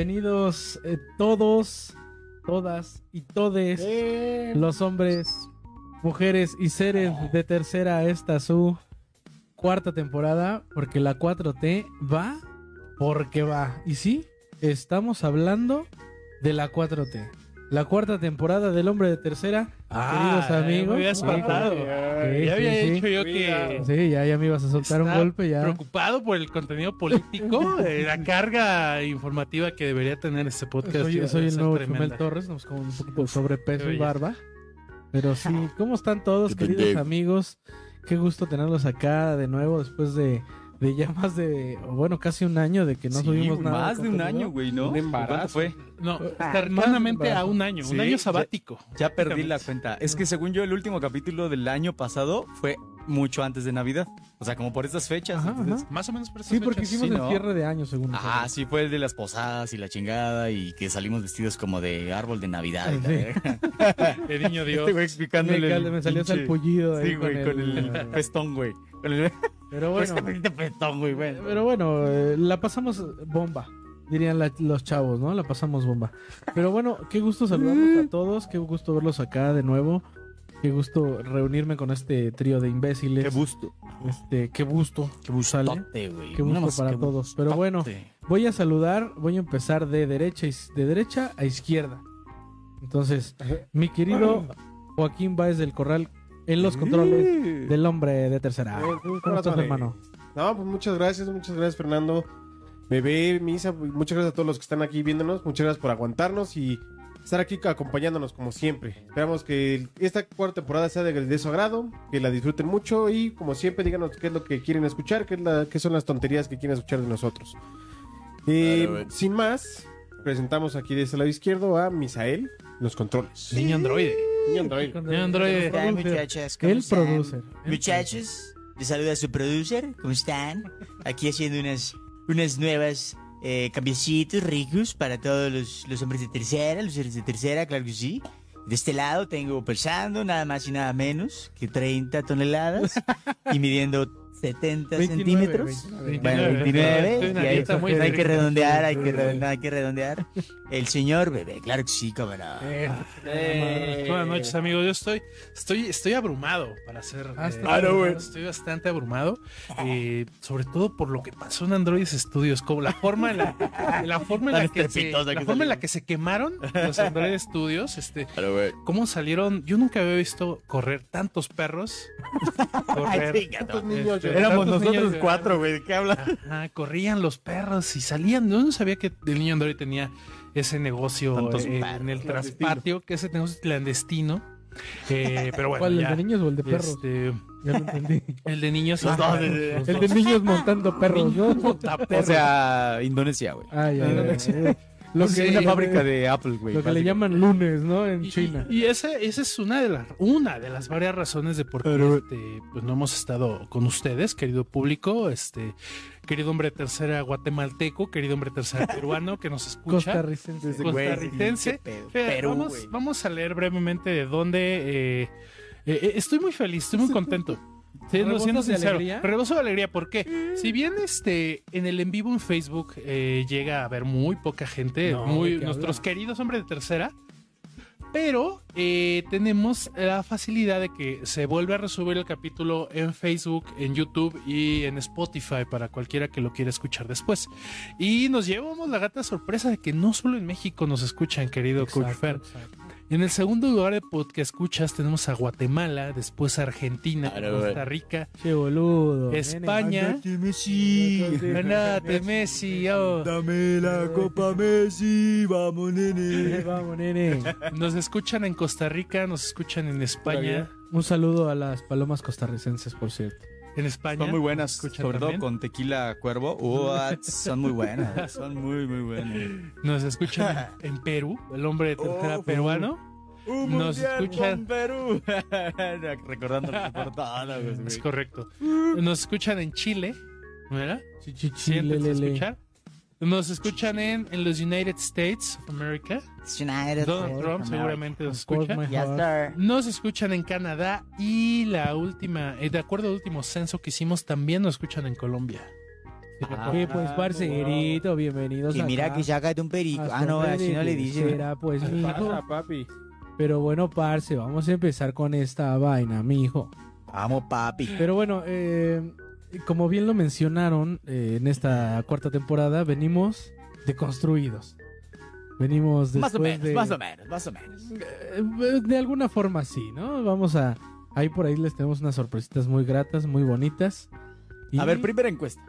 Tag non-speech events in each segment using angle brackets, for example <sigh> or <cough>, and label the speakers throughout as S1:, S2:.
S1: Bienvenidos eh, todos, todas y todes,
S2: Eh,
S1: los hombres, mujeres y seres de tercera a esta su cuarta temporada, porque la 4T va porque va. Y sí, estamos hablando de la 4T. La cuarta temporada del hombre de tercera,
S3: Ah,
S1: queridos amigos.
S3: me había
S1: Sí,
S3: espantado.
S1: Sí,
S2: ay,
S3: ya
S1: sí,
S3: había
S1: sí.
S3: dicho yo
S2: Cuidado.
S3: que
S1: Sí, ya, ya me ibas a soltar un
S3: Está
S1: golpe, ya.
S3: preocupado por el
S1: <laughs>
S3: contenido político, eh, la carga informativa que debería tener este podcast. iba
S1: Soy,
S3: a
S1: soy el
S3: ser
S1: nuevo
S3: tremenda.
S1: Chumel Torres, nos con un poquito de sobrepeso
S3: Qué
S1: y
S3: belleza.
S1: barba. Pero sí, ¿cómo están todos,
S4: Qué
S1: queridos
S4: pendejo.
S1: amigos? Qué gusto tenerlos acá de nuevo después de, de ya más de, o bueno, casi un año de que no
S4: Sí,
S1: subimos
S4: güey,
S1: nada.
S4: Más de un
S1: contenido.
S4: año, güey, ¿no?
S2: Un embarazo.
S4: ¿Cuánto fue?
S3: No,
S1: Ah,
S3: cercanamente a un año,
S4: Sí,
S3: un año
S4: ya-
S3: sabático.
S4: Ya perdí la cuenta. Es que según yo, el último capítulo del año pasado fue mucho antes de Navidad. O sea, como por estas fechas.
S1: Ajá,
S4: entonces-
S3: Más o menos por esas
S1: Sí, porque
S3: fechas.
S1: hicimos
S4: sí,
S1: el
S4: ¿no?
S1: cierre de año, según.
S4: Ajá, sí, fue el de las posadas y la chingada y que salimos vestidos como de árbol de Navidad. y la
S1: Sí.
S4: verga.
S3: El
S1: <laughs>
S3: niño Dios.
S4: Este güey
S1: Me,
S4: explicándole. el
S1: me salió
S4: pinche-
S1: salpullido ahí
S4: Sí, güey, con el Este, pestón, güey. Con el
S1: <laughs> Pero
S4: <laughs>
S1: bueno,
S4: precisamente pestón, güey, güey.
S1: pero bueno, eh, la pasamos bomba. Dirían la- los chavos, ¿no? La pasamos bomba. Pero bueno, qué gusto
S5: Mm.
S1: saludarlos a todos, qué gusto verlos acá de nuevo. Qué gusto reunirme con este trío de imbéciles.
S4: Qué gusto.
S1: Este, qué gusto.
S4: Qué
S1: Sale.
S4: gustote, güey.
S1: Qué
S4: Nada
S1: gusto
S4: más,
S1: para
S4: qué
S1: todos. Pero
S4: gustote.
S1: bueno, voy a saludar, voy a empezar de derecha, y- de derecha a izquierda. Entonces, mi querido Joaquín Báez del Corral en los controles del hombre de tercera.
S2: Eh,
S1: ¿Cómo
S2: corazones.
S1: estás, hermano?
S2: No, pues muchas gracias, muchas gracias Fernando, bebé, Misa, pues, muchas gracias a todos los que están aquí viéndonos, muchas gracias por aguantarnos y estar aquí acompañándonos como siempre. Esperamos que el- esta cuarta temporada sea de, de su agrado, que la disfruten mucho y como siempre díganos qué es lo que quieren escuchar, qué, es la- qué son las tonterías que quieren escuchar de nosotros. Eh,
S4: Claro, güey.
S2: sin más, presentamos aquí de este lado izquierdo a Misael, los controles.
S3: Niño androide.
S2: Niño androide.
S3: Niño androide.
S5: ¿Cómo están,
S1: Producer.
S5: muchachas? ¿Cómo
S1: El
S5: están?
S1: producer.
S5: Muchachos, les saluda su producer. ¿Cómo están? Aquí haciendo unas, unas nuevas eh, cambiecitos ricos para todos los, los hombres de tercera, los seres de tercera, claro que sí. De este lado tengo pesando nada más y nada menos que 30 toneladas y midiendo 70 centímetros.
S1: 29.
S5: Bueno,
S3: 29,
S5: 29,
S3: estoy
S5: y
S3: en
S5: ahí
S3: dieta muy
S5: no hay que
S3: estricta.
S5: redondear, hay que redondear, hay que redondear. El señor bebé, claro que sí, camarada.
S3: Eh, Buenas noches, amigos. Yo estoy, estoy, estoy abrumado para ser.
S1: Ah,
S3: eh,
S1: estás abrumado.
S3: honesto. Estoy bastante abrumado, eh, sobre todo por lo que pasó en Android Studios, como la forma en la, la forma en la
S4: Tan
S3: que se,
S4: estrepitosa
S3: la
S4: que
S3: forma en la
S4: salieron.
S3: que se quemaron los Android Studios, este,
S4: Claro, güey.
S3: cómo salieron. Yo nunca había visto correr tantos perros, correr.
S5: Ay, chinga,
S2: Estos
S5: no.
S2: niños
S3: Este,
S2: lloran.
S4: Éramos
S3: Tantos niños
S4: nosotros
S3: llorando.
S1: eh.
S4: cuatro, güey. ¿De qué hablas?
S3: Ajá, corrían los perros y salían. Yo no sabía que el niño Android tenía ese negocio
S4: Tantos
S3: eh, en
S4: perros.
S3: el
S2: Clandestino.
S3: traspatio, que ese negocio clandestino. Eh, pero bueno,
S1: ¿Cuál, el
S3: ya.
S1: de niños o el de perros?
S3: Este,
S1: <laughs> Ya lo entendí.
S3: el de niños.
S4: Los dos,
S3: Los
S1: El
S3: dos.
S1: de niños
S3: <laughs>
S1: montando perros, ¿no?
S4: O sea, Indonesia, güey.
S1: Ay, ay, ay. Lo
S3: Sí,
S1: que,
S4: una fábrica de Apple, güey.
S1: lo que le
S4: básicamente.
S1: llaman lunes, ¿no? En
S3: Y-
S1: China.
S3: Y, y esa, esa es una de, las, una de las varias razones de por qué este, pues, no hemos estado con ustedes, querido público, este querido hombre de tercera guatemalteco, querido hombre de tercera peruano que nos escucha.
S1: Costarricense.
S4: Desde- güey,
S3: costarricense.
S5: qué pedo.
S3: Fíjate,
S5: Perú, güey.
S3: vamos, vamos a leer brevemente de dónde. eh, eh, eh, estoy muy feliz, estoy muy contento. Sí, lo
S1: ¿Rebosas
S3: siento
S1: de
S3: sincero.
S1: alegría?
S3: Reboso de alegría, porque si bien este en el en vivo en Facebook eh, llega a haber muy poca gente,
S1: No, ¿de
S3: muy
S1: qué
S3: nuestros
S1: hablas?
S3: queridos hombres de tercera, pero eh, tenemos la facilidad de que se vuelve a resubir el capítulo en Facebook, en YouTube y en Spotify para cualquiera que lo quiera escuchar después. Y nos llevamos la gata sorpresa de que no solo en México nos escuchan, querido
S1: Exacto,
S3: Coach Fer.
S1: exacto.
S3: En el segundo lugar de podcast escuchas tenemos a Guatemala, después a Argentina,
S4: Claro,
S3: Costa
S4: güey.
S3: Rica,
S1: Che, boludo.
S3: España. Granate, Messi, oh.
S4: Dame la copa Messi, vamos nene.
S1: Nene, Vamos, nene.
S3: Nos escuchan en Costa Rica, nos escuchan en España,
S1: Un saludo a las palomas costarricenses, por cierto.
S3: en España.
S4: Son muy buenas,
S3: Escucha
S4: sobre todo
S3: también.
S4: con tequila cuervo. Uah, son muy buenas, güey, son muy, muy buenas.
S3: Nos
S4: <laughs>
S3: escuchan en en Perú, el hombre de tercera
S4: Oh,
S3: peruano.
S4: Un
S3: Nos
S4: mundial
S3: escuchan-
S4: con Perú. <laughs> Recordando la portada, güey.
S3: Es correcto.
S4: Mm.
S3: Nos escuchan en Chile, ¿verdad?
S1: Chichichile,
S3: Siéntense a
S1: lele.
S3: escuchar. Nos escuchan en, en los United States of America.
S5: United
S3: Donald
S5: States
S3: Trump
S5: of
S3: seguramente nos escucha.
S1: Cosmo y
S5: Yes,
S1: Jabar.
S5: sir.
S3: Nos escuchan en Canadá y la última, eh, de acuerdo al último censo que hicimos, también nos escuchan en Colombia.
S1: Y pues, parcerito, bienvenidos
S5: Y mira que saca de un perico. Ah, no, así no le dice.
S1: Será pues,
S2: ¿Qué
S1: mijo.
S2: pasa, papi?
S1: Pero bueno, parce, vamos a empezar con esta vaina, mijo.
S5: Vamos, papi.
S1: Pero bueno, eh, como bien lo mencionaron, eh, en esta cuarta temporada venimos deconstruidos. Venimos
S4: Más o
S1: después
S4: menos,
S1: de,
S4: más o menos, más o menos.
S1: eh, de alguna forma sí, ¿no? Vamos a... Ahí por ahí les tenemos unas sorpresitas muy gratas, muy bonitas. Y-
S4: A ver, primera encuesta.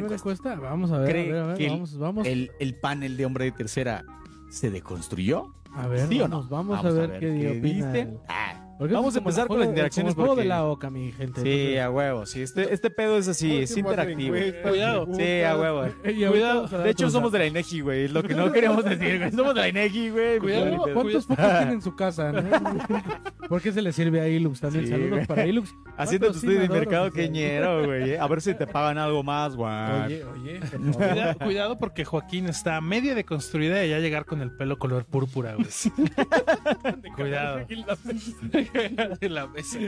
S1: primera
S4: encuesta.
S1: encuesta. Vamos a ver, a
S4: ¿Cree
S1: ver, a
S4: que
S1: ver.
S4: el-
S1: Vamos, vamos.
S4: ¿El, el panel de hombre de tercera se deconstruyó?
S1: a ver,
S4: ¿sí o
S1: vamos,
S4: no?
S1: vamos, a ver, qué, opina
S4: dice.
S1: el-
S4: Ah,
S1: Porque
S4: Vamos
S1: esto
S4: a
S1: es como el
S4: empezar con
S1: juego-
S4: las interacciones
S1: como el juego de
S4: porque-
S1: la OCA, mi gente.
S4: sí,
S1: Entonces,
S4: a huevo. Sí, este, este pedo es así, es
S2: Último hacer
S4: interactivo.
S2: encuestas,
S3: Cuidado.
S2: preguntas.
S4: Sí, a huevo.
S1: eh, y ahorita
S3: Cuidado,
S1: vamos a dar
S4: De hecho,
S1: otros
S4: somos de
S1: datos.
S4: la INEGI, güey. Lo que no queremos decir, güey. Somos de la INEGI, güey.
S3: Cuidado.
S4: Pues,
S1: ¿Cuántos focos tienen en su casa? no? Ah. <laughs> ¿Por qué se le sirve a Ilux también?
S4: Sí,
S1: Saludos
S4: güey.
S1: para Ilux.
S4: Haciendo tu estudio de
S1: Patrocinador
S4: mercado
S1: oficial.
S4: queñero, güey. eh. A ver si te pagan algo más, güey.
S1: Oye, oye.
S3: Cuidado, cuidado porque Joaquín está media deconstruida y ya llegar con el pelo color púrpura, <laughs> güey. cuidado. De la mesa.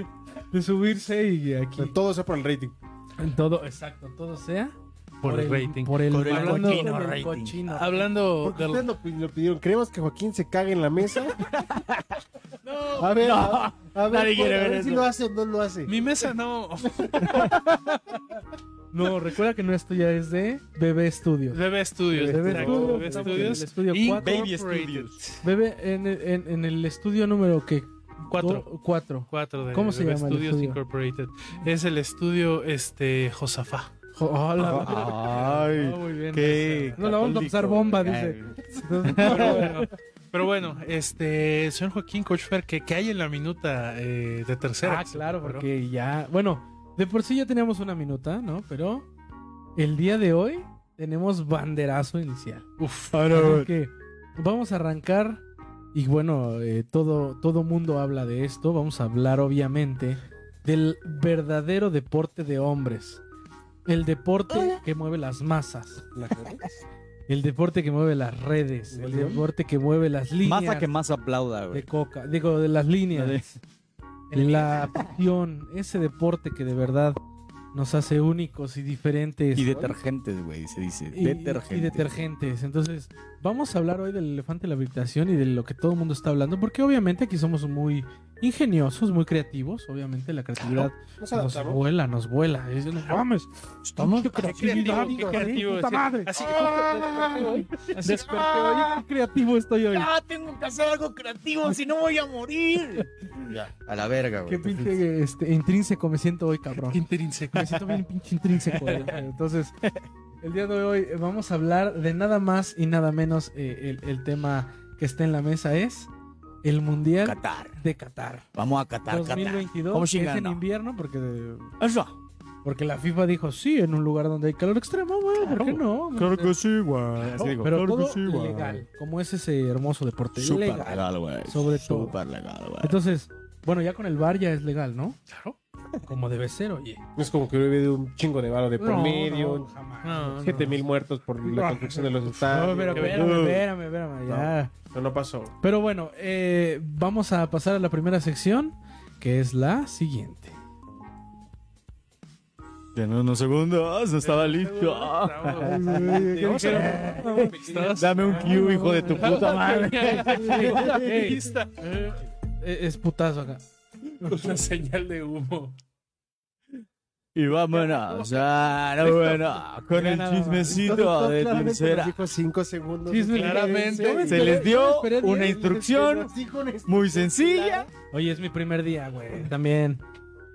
S1: De subirse y aquí.
S2: Pues, Todo sea por el rating.
S1: En todo, exacto, todo sea.
S3: Por el rating.
S1: Por el,
S5: Por el
S1: hablando
S5: cochino
S1: del
S5: rating.
S1: cochino.
S3: Hablando
S2: Porque ustedes
S3: del...
S2: lo, lo pidieron. ¿Creemos que Joaquín se cague en la mesa? A ver, a, a ver,
S4: Nadie quiere
S2: a
S4: ver
S2: ver si
S4: eso.
S2: lo hace o no lo hace.
S3: Mi mesa no. <laughs>
S1: No, recuerda que no, esto ya es de Bebé Studios.
S3: Bebé Studios.
S1: Bebé
S3: exacto.
S1: Studios,
S3: Bebé
S1: estamos en el
S3: Studios.
S1: estudio cuatro.
S4: Baby
S3: Incorporated.
S4: Studios.
S1: Bebé, en, el- en- en el estudio número que.
S3: Cuatro.
S1: do- Cuatro.
S3: Cuatro de
S1: ¿Cómo se
S3: Bebé
S1: llama el
S3: Studios
S1: estudio?
S3: Incorporated. Es el estudio este Josafá.
S1: Jo- Hola.
S4: Ay,
S1: Ah, muy bien.
S4: qué.
S1: No, la vamos a pasar bomba, dice.
S4: católico, güey.
S1: Entonces,
S3: Pero bueno, pero bueno, este, señor Joaquín Coach Fer, que, que hay en la minuta eh, de tercera.
S1: Ah, claro, porque ya. Bueno, de por sí ya teníamos una minuta, ¿no? Pero el día de hoy tenemos banderazo inicial.
S3: Uf,
S4: Ah,
S1: Así que vamos a arrancar. Y bueno, eh, todo, todo mundo habla de esto. Vamos a hablar, obviamente, del verdadero deporte de hombres. El deporte que mueve las masas. El deporte que mueve las redes. El
S2: ¿Voleibol?
S1: deporte que mueve las líneas
S4: Más a que más aplauda, güey.
S1: de coca. Digo, de las líneas. La pasión. Ese deporte que de verdad nos hace únicos y diferentes.
S4: Y detergentes, güey, se dice.
S1: Y-
S4: Detergentes.
S1: y detergentes. Entonces, vamos a hablar hoy del elefante de la habitación y de lo que todo el mundo está hablando, porque obviamente aquí somos muy ingeniosos, muy creativos. Obviamente la creatividad
S2: No se
S1: nos
S2: adaptaron.
S1: vuela, nos vuela. Es- no mames, estamos de creatividad,
S3: creativo, qué
S1: hijo de
S3: creativo,
S1: puta
S3: sí.
S1: madre.
S3: así
S1: Desperté hoy, qué creativo estoy hoy.
S3: Ah,
S5: tengo que hacer algo creativo, si no voy a morir. Ya, a la verga,
S1: Qué
S5: güey.
S1: pinche este, intrínseco me siento hoy, cabrón.
S3: que
S4: <laughs>
S3: intrínseco.
S1: Me siento bien pinche intrínseco. eh. Entonces, el día de hoy eh, vamos a hablar de nada más y nada menos. eh, el, el tema que está en la mesa es el Mundial
S4: Qatar.
S1: de Qatar.
S4: Vamos a Qatar, Qatar.
S1: 2022
S4: ¿Cómo
S1: es
S4: chingan,
S1: en
S4: no?
S1: invierno porque,
S4: Eso.
S1: porque la FIFA dijo, sí, en un lugar donde hay calor extremo, güey, ¿por qué no?
S4: Claro que sí, güey. Así digo,
S1: Pero
S4: claro
S1: todo
S4: que sí, güey.
S1: legal, como es ese hermoso deporte.
S4: Súper
S1: legal.
S4: legal, güey.
S1: Sobre todo.
S4: Súper legal, güey.
S1: Entonces, bueno, ya con el bar ya es legal, ¿no?
S3: Claro.
S1: Como debe ser, oye.
S2: No es como que hubiera habido un chingo de varo de por
S1: No, no,
S2: medio,
S1: jamás.
S3: No, no.
S2: 7 mil muertos por la construcción de los estados.
S1: No, pero espérame, espérame, espérame, ya.
S2: No, no pasó.
S1: Pero bueno, eh, vamos a pasar a la primera sección, que es la siguiente.
S4: En unos segundos, estaba listo. Ah,
S3: Vamos a- Estás-
S4: Dame un cue, hijo de tu puta madre.
S1: <laughs> Ey,
S3: Lista.
S1: eh, es putazo acá.
S3: Una señal de humo.
S4: Y vámonos. Ah, no, bueno, con el chismecito de tercera.
S2: 5 segundos.
S1: Chisme-
S3: Claramente.
S4: Se les dio una instrucción muy sencilla.
S1: Oye, es mi primer día, güey, también.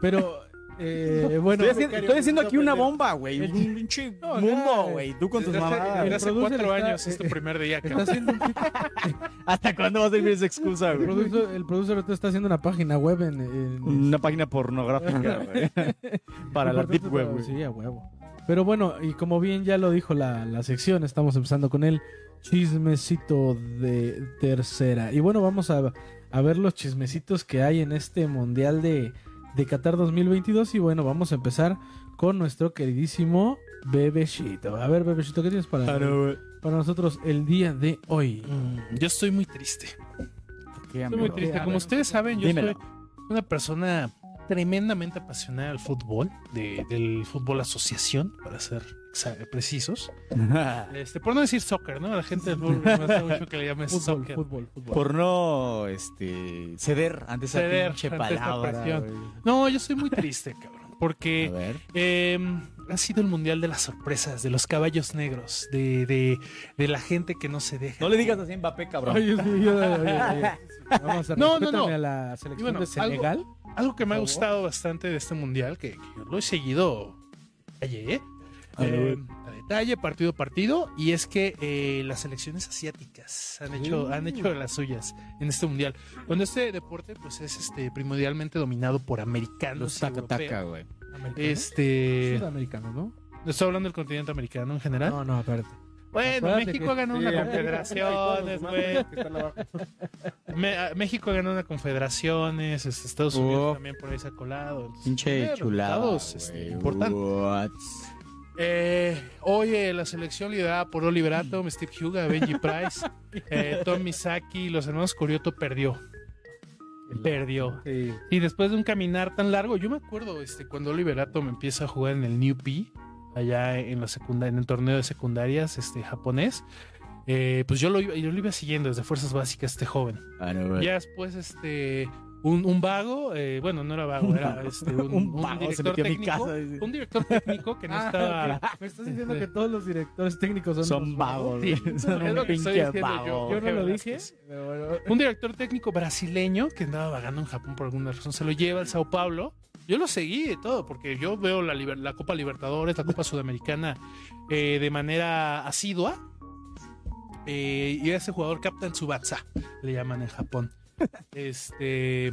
S1: Pero, eh, bueno,
S4: Estoy haciendo, estoy haciendo aquí una bomba, güey.
S1: El-
S4: Un pinche
S1: No,
S4: mundo,
S1: ya.
S4: güey. Tú con tus
S3: Desde hace-
S4: mamás.
S1: El
S3: desde hace
S1: producer
S3: cuatro
S1: está-
S3: años es tu
S1: eh,
S3: primer día,
S1: está
S3: cabrón.
S1: haciendo un tipo-
S4: ¿Hasta cuándo vas a servir esa excusa,
S1: el,
S4: güey?
S1: producer, el producer ahorita está haciendo una página web en... en-
S4: Una página <laughs> pornográfica, güey. Para la
S1: Importante
S4: Deep Web, güey.
S1: Sí, a huevo. Pero bueno, y como bien ya lo dijo la, la sección, estamos empezando con el chismecito de tercera. Y bueno, vamos a, a ver los chismecitos que hay en este Mundial de, de Qatar 2022. Y bueno, vamos a empezar con nuestro queridísimo Bebecito. A ver, Bebecito, ¿qué tienes para,
S4: Ah, no, güey.
S1: para nosotros el día de hoy?
S3: Mm, Yo estoy muy triste.
S4: ¿Qué,
S3: Estoy muy
S4: amigo?
S3: triste. Como ustedes saben, yo
S4: Dímelo.
S3: soy una persona tremendamente apasionada al fútbol, de- del fútbol asociación, para ser exa- precisos. Este, por no decir soccer, ¿no? A la gente del fútbol <laughs> me gusta mucho que le llames
S1: Fútbol,
S3: soccer.
S1: fútbol, fútbol.
S4: Por no este, ceder ante esa
S3: Ceder
S4: pinche
S3: ante esta
S4: palabra.
S3: presión.
S4: güey.
S3: No, yo soy muy triste, cabrón. Porque
S4: A ver.
S3: Eh, ha sido el mundial de las sorpresas, de los caballos negros, de, de, de la gente que no se deja.
S4: No le digas así a Mbappé, cabrón.
S1: Oye, sí, yo- oye, oye. Vamos a
S3: No, no,
S1: respétame
S3: no.
S1: a la selección
S3: Y bueno,
S1: de Senegal.
S3: Algo que me ha gustado bastante de este mundial, que, que lo he seguido ayer,
S4: A ver.
S3: a detalle, partido a partido, y es que eh, las selecciones asiáticas han
S4: Uh.
S3: hecho, han hecho de las suyas en este mundial. Cuando este deporte pues es este primordialmente dominado por americanos.
S4: Los
S3: y
S4: taca-taca,
S3: europeos.
S4: güey.
S3: Este,
S1: Sudamericano, ¿no?
S3: estoy hablando del continente americano en general.
S1: No, no, espérate.
S3: bueno,
S1: acuérdate
S3: México
S1: que-
S3: ganó
S2: Sí,
S3: una
S2: ya.
S3: confederaciones, güey.
S2: Que están abajo.
S3: Me- a- México ganó una confederaciones, este, Estados Unidos
S4: Uf.
S3: también por ahí se ha colado. entonces,
S4: Pinche
S3: tiene
S4: chulada.
S3: resultados, este,
S4: güey.
S3: importantes.
S4: What?
S3: Eh, oye, la selección liderada por Oliver Atom, Steve Huga, Benji
S4: <laughs>
S3: Price, eh, Tom Misaki, los hermanos Corioto perdió. Perdió.
S2: Sí.
S3: Y después de un caminar tan largo, yo me acuerdo este, cuando Oliver Atom empieza a jugar en el New P, allá en, la secunda- en el torneo de secundarias este, japonés, eh, pues yo lo, iba- yo lo iba siguiendo desde Fuerzas Básicas este joven.
S4: Ah, no, güey.
S3: Ya después, este, un, un vago, eh, bueno, no era vago, era este, un,
S4: Un
S3: un
S4: vago se
S3: director
S4: metió a mi
S3: técnico.
S4: casa, dice.
S3: Un director técnico que no estaba.
S1: ok. Me estás diciendo que todos los directores técnicos Este, son,
S4: Son
S1: unos
S4: vagos,
S3: Sí,
S4: güey. Son
S3: es lo
S4: un
S3: que estoy
S4: pinche
S3: diciendo yo.
S4: vago.
S1: Yo no lo dije,
S3: Velázquez.
S1: pero bueno.
S3: Un director técnico brasileño que andaba vagando en Japón por alguna razón. Se lo lleva al Sao Paulo. Yo lo seguí de todo, porque yo veo la, liber- la Copa Libertadores, la Copa Sudamericana eh, de manera asidua. Eh, y ese jugador, Captain Tsubasa, le llaman
S1: <laughs>
S3: en Japón. Este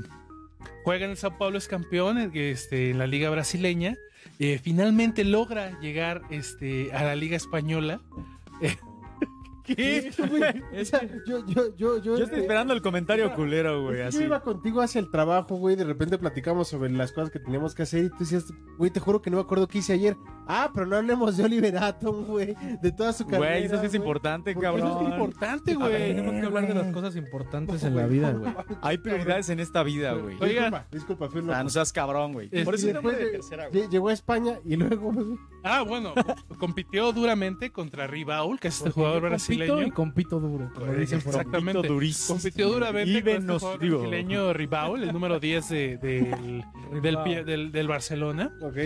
S3: juega en el Sao Paulo, es campeón eh, este, en la Liga Brasileña. Eh, finalmente logra llegar este, a la Liga Española. <laughs>
S1: Sí,
S2: <laughs>
S1: güey. O sea, yo, yo, yo, yo,
S4: <laughs> Yo estoy esperando el comentario culero, güey.
S2: este, Yo
S4: Así.
S2: iba contigo hacia el trabajo, güey. De repente platicamos sobre las cosas que teníamos que hacer. Y tú decías, güey, te juro que no me acuerdo qué hice ayer. Ah, pero no hablemos de Oliver Atom, güey. De toda su carrera.
S4: Güey, eso sí es
S2: güey.
S4: importante,
S2: ¿Por qué
S4: cabrón.
S3: Eso es importante,
S1: A ver,
S3: güey.
S1: tenemos que hablar de las cosas importantes en la vida, güey.
S4: Hay prioridades en esta vida, güey.
S3: Oye, Oigan.
S2: Disculpa, disculpa, fui una-
S4: Ah, no seas cabrón, güey.
S3: Este,
S4: Por eso
S2: y
S4: es nombre
S2: después
S4: de
S2: de-
S4: tercera, güey.
S2: lle- Llegó a España y luego, güey.
S3: Ah, bueno, compitió duramente contra Ribaul, que es este jugador
S1: Yo Compito y
S3: brasileño.
S1: compito duro, como dicen por ahí.
S3: Exactamente.
S4: Compito durísimo.
S3: Compitió duramente
S4: Y
S3: con este
S4: venos-
S3: jugador
S4: digo.
S3: brasileño Ribaul, el número 10 de- del, del, pie- del- del Barcelona.
S2: Ok.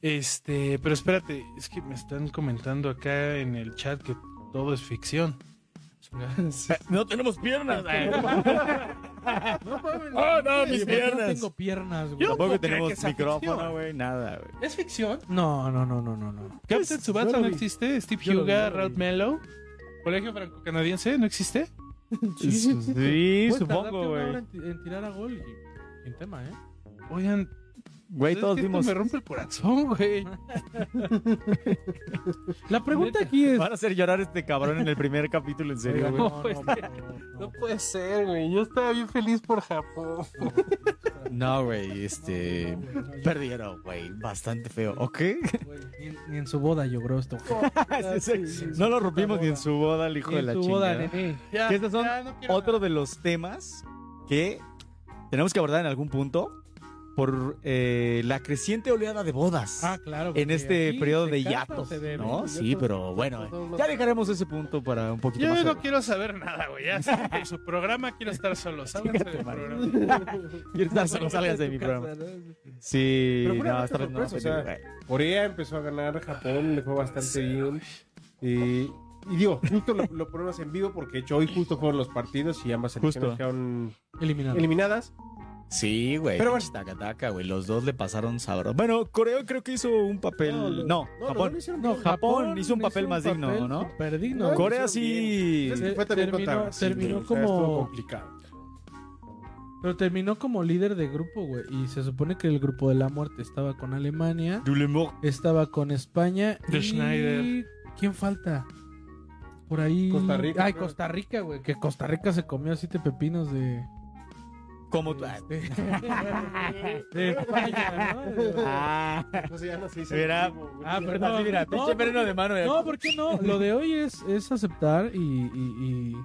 S3: Este, pero espérate, es que me están comentando acá en el chat que todo es ficción.
S1: <laughs>
S4: No tenemos piernas.
S1: No, mames,
S4: Oh, no,
S1: sí,
S4: mis
S1: yo
S4: piernas.
S1: No tengo piernas, güey.
S3: Yo-
S4: Tampoco
S3: ¿Cómo cree que
S4: tenemos
S3: sea
S4: micrófono,
S3: ficción?
S4: güey. Nada, güey.
S3: ¿Es ficción?
S1: No, no, no, no, no, no.
S3: Captain Tsubasa
S2: yo lo
S3: no
S2: vi.
S3: existe, Steve
S1: Yo lo vi, yo
S3: Huga,
S1: lo vi.
S3: Ralph Mello, Colegio Franco-Canadiense, ¿no existe?
S2: Sí, sí, sí.
S4: Sí,
S1: Puedes tardarte
S4: supongo,
S1: una hora
S4: güey.
S1: En, ti- en tirar a gol y- sin tema, ¿eh?
S3: Oigan,
S4: Güey,
S3: es
S4: todos
S3: que esto
S4: vimos.
S3: me rompe el corazón, güey.
S1: La pregunta aquí es...
S4: Van a hacer llorar a este cabrón en el primer capítulo, en serio,
S2: <laughs>
S4: güey.
S1: no, no, no, no.
S3: puede ser, güey. Yo estaba bien feliz
S2: <laughs>
S3: por Japón.
S4: No, güey, este. Perdieron, güey. Bastante feo. ¿Ok? <laughs>
S1: Güey, Ni, en- ni en su boda logró esto. güey.
S2: Ah,
S4: No lo rompimos ni en su boda, el hijo
S1: Ni
S4: de
S1: en
S4: la
S1: su boda,
S4: chingada.
S1: nene.
S3: Ya,
S4: Que estos son
S3: ya, no quiero
S4: Otro de los temas que tenemos que abordar en algún punto por eh, la creciente oleada de bodas.
S1: Ah, claro.
S4: en
S1: porque
S4: este
S1: aquí
S4: periodo
S1: se
S4: de
S1: casa o
S4: hiatos,
S1: se bebe.
S4: <laughs> ¿no? Sí, pero bueno, ya dejaremos ese punto para un poquito
S3: Yo
S4: más.
S3: no
S4: adelante.
S3: quiero saber nada, güey. Ya sé que en su programa quiero estar <laughs> solo. Sálganse del programa.
S4: Quiero <laughs> estar solo, salgas de mi programa. Sí,
S2: Pero fue una
S4: no,
S2: noche
S4: está no,
S2: sorpresa, o sea,
S4: güey.
S2: Corea empezó a ganar, Japón le fue bastante bien. Y, y digo, justo lo, lo ponemos en vivo porque de hecho hoy justo fueron los partidos y ambas selecciones
S4: Justo.
S2: quedaron
S1: Eliminado.
S2: eliminadas.
S4: Sí, güey.
S2: Pero
S4: Pero
S2: bueno.
S4: bueno, taca, taca, güey. Los dos le pasaron sabroso. Bueno, Corea creo que hizo un papel. No,
S2: no,
S4: Japón.
S2: lo hicieron
S1: No,
S2: bien.
S4: Japón hizo un papel más digno, ¿no?
S1: Súper digno.
S2: No,
S4: Corea
S2: lo
S4: sí.
S2: Es que
S1: Se-
S2: fue también
S1: terminó-
S2: contra Brasil,
S1: terminó
S2: güey, o sea,
S1: como-
S2: estuvo complicado.
S1: Pero terminó como líder de grupo, güey. Y se supone que el grupo de la muerte estaba con Alemania,
S4: Du le mort.
S1: estaba con España.
S3: De
S1: y-
S3: Schneider.
S1: ¿Quién falta? Por ahí.
S2: Costa Rica,
S1: Ay,
S2: creo.
S1: Costa Rica, güey. Que Costa Rica se comió siete pepinos de.
S4: Como tú. ah,
S1: este,
S4: <laughs>
S1: de España, ¿no?
S4: Ah,
S2: Entonces ya no se hizo
S4: Mira.
S2: en vivo, güey.
S1: Ah, perdón.
S4: así, mira,
S1: No,
S4: pinche freno de mano.
S1: No, ¿por qué no? Lo de hoy es, es aceptar y, y- y-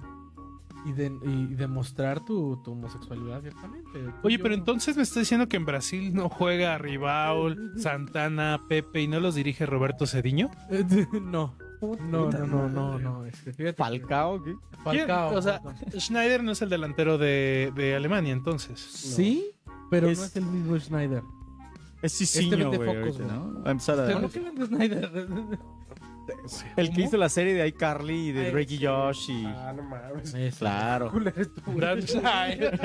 S1: y, de- y demostrar tu, tu homosexualidad abiertamente.
S3: <laughs>
S1: Pues
S3: Oye,
S1: Yo-
S3: pero entonces me está diciendo que en Brasil no juega Ribaul, Santana, Pepe y no los dirige Roberto Cediño.
S1: <laughs> no. No, no, no, no, no. Este, fíjate que-
S4: Falcao, ¿qué?
S1: Falcao.
S3: ¿Quién? O sea, Schneider no es el delantero de, de Alemania, entonces.
S1: sí, pero
S4: Es-
S1: no es el mismo Schneider.
S4: Es Cicinho,
S1: vende
S4: güey,
S1: focos,
S4: ahorita,
S1: güey.
S4: Este ¿no? Va a empezar a-
S1: ¿Por qué vende Schneider?
S4: El que hizo la serie de iCarly y de
S1: Ay,
S4: Drake y Josh y...
S2: Ah,
S1: <laughs>
S2: no mames.
S4: Claro.
S3: Dan Schneider.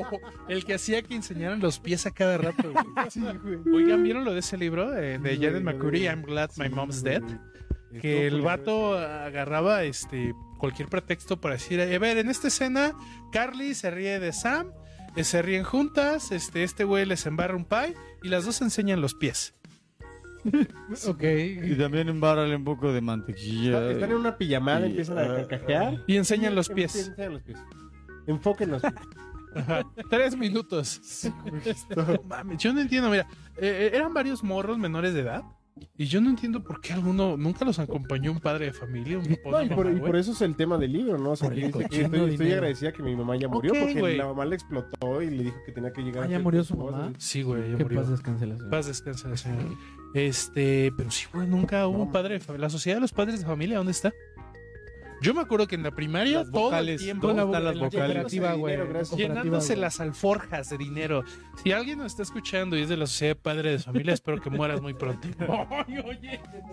S3: <laughs> el que hacía que enseñaran los pies a cada rato. güey.
S2: Sí, güey.
S3: Oigan, ¿vieron lo de ese libro de, de
S2: Sí,
S3: Jared
S2: güey,
S3: McCurry,
S2: güey.
S3: I'm Glad My
S2: Sí,
S3: Mom's
S2: güey.
S3: Dead? Que el
S2: pues,
S3: vato
S2: eh,
S3: agarraba este cualquier pretexto para decir, a ver, en esta escena, Carly se ríe de Sam, eh, se ríen juntas, este, este güey les embarra un pie y las dos se enseñan los pies.
S1: ok.
S4: Y también embárale un poco de
S2: Está-
S4: mantequilla.
S2: Están en una pijamada,
S4: Sí.
S2: empiezan a carcajear.
S3: Y
S2: <laughs>
S3: enseñan los pies.
S2: Enfoquen los pies. Enfoquen los pies.
S3: Ajá. Tres minutos. <laughs> No mames, yo no entiendo, mira, eh, eran varios morros menores de edad. Y yo no entiendo por qué alguno nunca los acompañó un padre de familia, un
S1: Pues
S3: papá,
S2: No,
S3: una
S2: y, por,
S3: mamá,
S2: y
S3: güey.
S2: por eso es el tema del libro, ¿no? O sea,
S1: Por el
S2: que dice que
S1: cochino
S2: estoy, estoy
S1: dinero.
S2: agradecida que mi mamá ya murió
S3: Ok,
S2: porque
S3: güey.
S2: la mamá le explotó y le dijo que tenía que llegar.
S1: Ah,
S2: a
S1: ya
S2: hacer
S1: murió su
S2: cosas.
S1: mamá.
S3: Sí, güey, ya
S1: Que
S3: murió.
S1: paz descanse la señora.
S3: Paz descanse la señora. Este, pero sí, güey, nunca hubo un padre de familia. La sociedad de los padres de familia, ¿dónde está? Yo me acuerdo que en la primaria
S4: Las
S3: todo el
S4: vocales,
S3: tiempo
S4: ¿dónde
S1: Toda
S4: están
S1: la-
S4: las
S1: la
S4: vocales?
S1: cooperativa, güey.
S2: Dinero, gracias.
S1: Cooperativa,
S3: llenándose
S1: güey.
S3: las alforjas de dinero. Si alguien nos está escuchando y es de la sociedad de padres de familia, espero que mueras muy
S4: <laughs>
S3: pronto.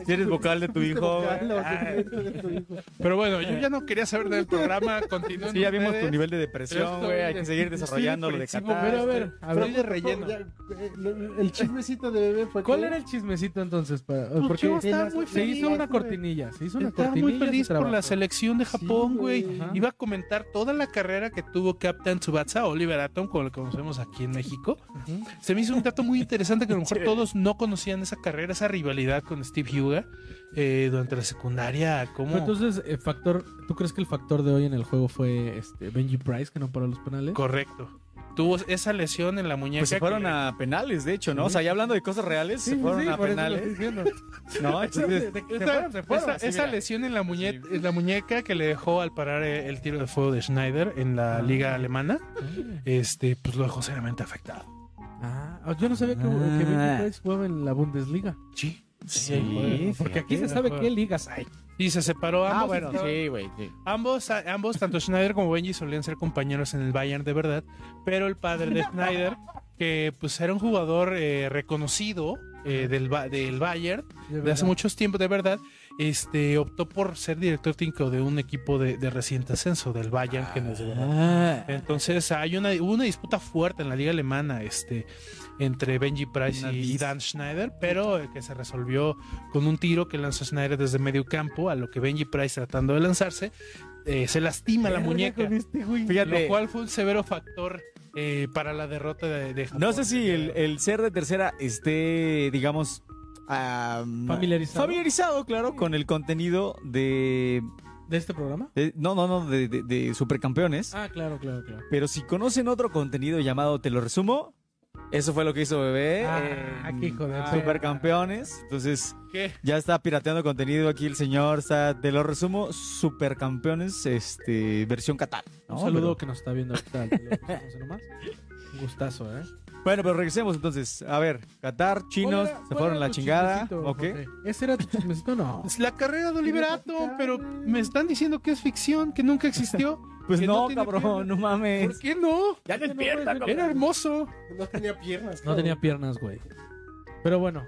S4: Si eres vocal de tu
S1: Este
S4: hijo.
S2: Claro,
S4: ah,
S2: de tu hijo.
S3: Pero bueno, yo ya no quería saber del programa. Continúen
S4: Sí, ya vimos tu
S3: ustedes.
S4: nivel de depresión, güey. Hay que seguir desarrollando lo de
S3: depresivo,
S4: Qatar.
S1: Pero a ver, a ver.
S3: Estoy de relleno.
S2: Ya, eh, lo- El chismecito de bebé fue
S1: ¿Cuál
S2: que-
S1: era el chismecito entonces? Para, porque
S3: Pues yo estaba muy
S1: se hizo
S3: feliz,
S1: una
S3: güey.
S1: cortinilla. Se hizo una
S3: Estaba
S1: cortinilla.
S3: muy feliz
S1: se
S3: por la
S1: trabajó.
S3: selección de
S2: Sí,
S3: Japón, güey.
S1: Ajá.
S3: Iba a comentar toda la carrera que tuvo Captain Tsubasa, Oliver Atom, como lo conocemos aquí en México.
S1: Ujú.
S3: Se me hizo un dato muy interesante que a
S1: <laughs>
S3: lo mejor todos no conocían esa carrera, esa rivalidad con Steve Huga eh, durante la secundaria.
S1: Pero
S3: ¿Cómo?
S1: entonces, eh, factor, ¿tú crees que el factor de hoy en el juego fue este Benji Price que no paró los penales?
S3: Correcto. Tuvo esa lesión en la muñeca.
S4: Pues se fueron
S3: que-
S4: a penales, de hecho, ¿no? O sea, ya hablando de cosas reales, se fueron a
S1: por eso lo
S4: penales.
S1: estoy diciendo.
S4: No, entonces,
S3: Esa, esa-
S4: así,
S3: esa
S4: mira.
S3: lesión en la, muñe- en la muñeca que le dejó al parar eh, el tiro de fuego de Schneider en la
S1: Ah.
S3: liga alemana, este, pues lo dejó seriamente afectado.
S1: Ah, yo no sabía que, que Benji Price jugaba en la Bundesliga.
S3: Sí.
S4: Ah. Sí,
S1: Porque aquí se sabe qué ligas hay.
S3: Y se separó ambos.
S4: Ah, bueno,
S3: estaban-
S4: sí, güey. sí.
S3: Ambos, a- ambos, tanto Schneider como Benji solían ser compañeros en el Bayern de verdad, pero el padre de Schneider, que pues era un jugador eh, reconocido eh, del, Ba- del Bayern de hace muchos tiempos de verdad, este optó por ser director técnico de un equipo de, de reciente ascenso del Bayern que no es de verdad.
S1: Ah.
S3: Entonces hay una, hubo una disputa fuerte en la liga alemana este, entre Benji Price
S4: Una
S3: y
S4: dis-
S3: Dan Schneider, pero eh, que se resolvió con un tiro que lanzó Schneider desde medio campo, a lo que Benji Price tratando de lanzarse, eh, se lastima la muñeca, lo
S1: este
S4: Fíjate,
S3: cual fue un severo factor eh, para la derrota de, de Japón.
S4: no sé si el, el ser de tercera esté, digamos, am,
S1: Familiarizado.
S4: familiarizado, claro, con el contenido de...
S1: ¿De este programa?
S4: de- no, no, no, de, de- de Supercampeones.
S1: Ah, claro, claro, claro.
S4: Pero si conocen otro contenido llamado Te lo resumo, eso fue lo que hizo Bebé.
S1: Ah,
S4: en
S1: qué hijo de-
S4: Supercampeones. Entonces,
S3: ¿Qué?
S4: ya está pirateando contenido aquí el señor. Está, te lo resumo, Supercampeones, este, versión Qatar. ¿no?
S1: Un saludo
S4: Pero-
S1: que nos está viendo ahorita. te lo pasamos nomás. Un gustazo, ¿eh?
S4: bueno, pero regresemos entonces. A ver, Qatar,
S1: ¿Cuál
S4: chinos,
S1: era-
S4: se
S1: cuál
S4: fueron
S1: era
S4: la
S1: tu
S4: chingada.
S1: chismecito,
S4: ¿Ok?
S1: Jorge? ¿Ese era tu chismecito? No.
S3: Es Pues, la carrera de Oliverato, pero me están diciendo que es ficción, que nunca
S4: <laughs>
S3: existió.
S4: Pues
S3: Que
S4: no,
S3: no tiene
S4: cabrón,
S3: piernas.
S4: no
S3: ¿Por
S4: mames.
S3: qué no?
S4: Ya despierta,
S3: Era hermoso.
S2: No tenía piernas.
S1: No
S2: cabrón.
S1: tenía piernas, güey. Pero bueno,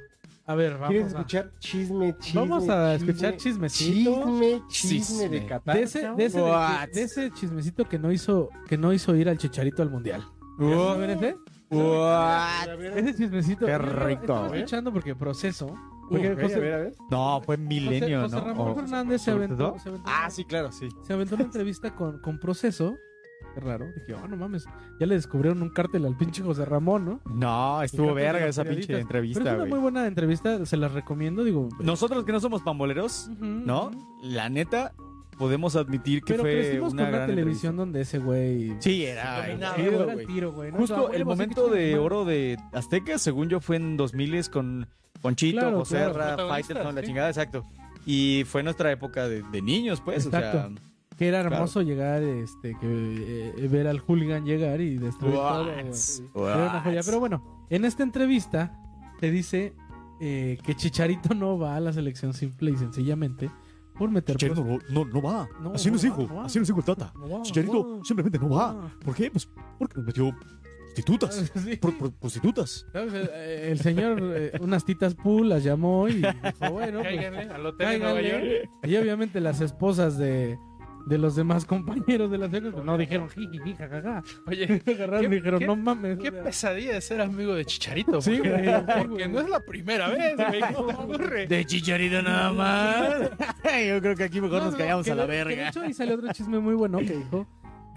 S1: a ver,
S2: ¿Quieres
S1: vamos a...
S2: escuchar chisme, chisme?
S1: Vamos a escuchar chismecito.
S2: Chisme, chisme
S4: Chisme.
S2: de Qatar.
S1: De ese, de, ese,
S4: What?
S1: de ese chismecito que no hizo que no hizo ir al chicharito al mundial.
S4: Uh.
S1: ¿No ven ese?
S4: What?
S2: A ver, a ver,
S1: Ese chismecito.
S4: Qué
S1: yo estaba-
S4: rico, ¿eh?
S1: estaba
S2: güey.
S1: escuchando porque proceso. Porque
S2: a ver,
S1: José,
S2: a ver, a ver.
S4: No, fue
S1: José-
S4: milenio,
S1: José
S4: ¿no?
S1: Ramón
S4: O-
S1: Fernández se
S4: sobre
S1: aventó,
S4: todo.
S1: se aventó-
S4: Ah, sí, claro, sí.
S1: se aventó una entrevista con, con proceso. Qué raro. Dije, oh, no mames. Ya le descubrieron un cártel al pinche José Ramón, ¿no?
S4: No, estuvo
S1: Fíjate,
S4: verga
S1: los
S4: esa
S1: periodistas.
S4: pinche
S1: Pero
S4: entrevista,
S1: es una
S4: güey.
S1: muy buena entrevista, se las recomiendo, digo.
S4: Nosotros que no somos pamboleros,
S1: ujú,
S4: ¿no?
S1: ujú.
S4: La neta, podemos admitir que
S1: Pero
S4: fue
S1: crecimos
S4: una
S1: con una
S4: gran
S1: televisión donde ese güey.
S4: entrevista. Sí, era
S1: dominaba,
S4: chido,
S1: era
S4: güey.
S1: el tiro, güey. ¿no? O sea,
S4: Justo
S1: güey,
S4: el
S1: vos,
S4: momento
S1: ¿qué
S4: de
S1: chingas,
S4: oro de Azteca, según yo, fue en 2000 con Ponchito,
S1: Claro,
S4: José
S1: claro.
S4: Ra,
S3: Protagonistas,
S4: Faitelson, la
S3: sí.
S4: chingada, exacto. Y fue nuestra época de, de niños, pues, o
S1: Exacto.
S4: sea,
S1: Que era hermoso llegar, este, que eh, ver al hooligan llegar y destruir todo. güey. Era una joya. Pero bueno, en esta entrevista te dice eh, que Chicharito no va a la selección simple y sencillamente por meter
S6: Chicharito
S1: pues,
S6: no, no, no va.
S1: No,
S6: así
S1: no
S6: nos
S1: va,
S6: dijo,
S1: no va.
S6: así nos dijo el Tata.
S1: no va,
S6: Chicharito
S1: no.
S6: simplemente no va.
S1: Ah.
S6: ¿Por qué? Pues porque nos metió prostitutas.
S1: <laughs> Sí.
S6: Pro- pro- prostitutas.
S1: ¿Sabes? El, el señor, eh, unas titas pool las llamó y dijo, <laughs> bueno, pues,
S3: Cáiganle al hotel de Nueva
S1: cáiganle.
S3: York.
S1: Y obviamente las esposas de, de los demás compañeros de la serie pues, no dijeron, jiji, jajaja.
S3: Oye,
S1: <laughs> Agarraron y dijeron,
S3: qué-
S1: no mames.
S3: qué
S1: o sea,
S3: pesadilla de ser amigo de Chicharito.
S1: Sí,
S3: porque-
S1: güey, sí,
S3: <laughs> Porque
S1: güey.
S3: no es la primera vez, güey. ¿Cómo ocurre?
S5: De chicharito nada más. Yo creo que aquí mejor
S1: No,
S5: nos
S1: no,
S5: callamos
S1: que
S5: a la
S1: de- que de <laughs>
S5: verga.
S1: hecho, ahí sale otro chisme muy bueno que dijo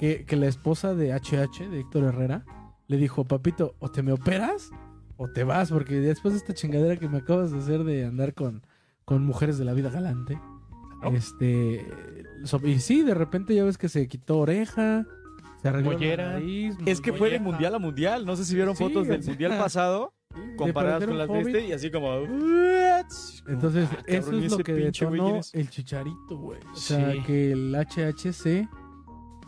S1: que, que la esposa de HH, de Héctor Herrera, le dijo, papito, o te me operas o te vas, porque después de esta chingadera que me acabas de hacer de andar con, con mujeres de la vida galante,
S3: ¿No?
S1: este... so- y sí, de repente ya ves que se quitó oreja, se arregló
S3: Mollera.
S1: la nariz.
S4: Es que fue de mundial a mundial. No sé si vieron
S1: Sí,
S4: fotos del
S1: o sea, <laughs>
S4: mundial pasado comparadas
S1: parecer
S4: con
S1: un
S4: las de
S1: hobbit.
S4: este y así como.
S1: Entonces,
S4: Ah,
S1: eso
S4: cabrón, ¿y
S1: es lo
S4: ese
S1: que
S4: pinche güey
S1: detonó
S4: quién es?
S1: el chicharito, güey. O sea,
S3: Sí.
S1: que el HHC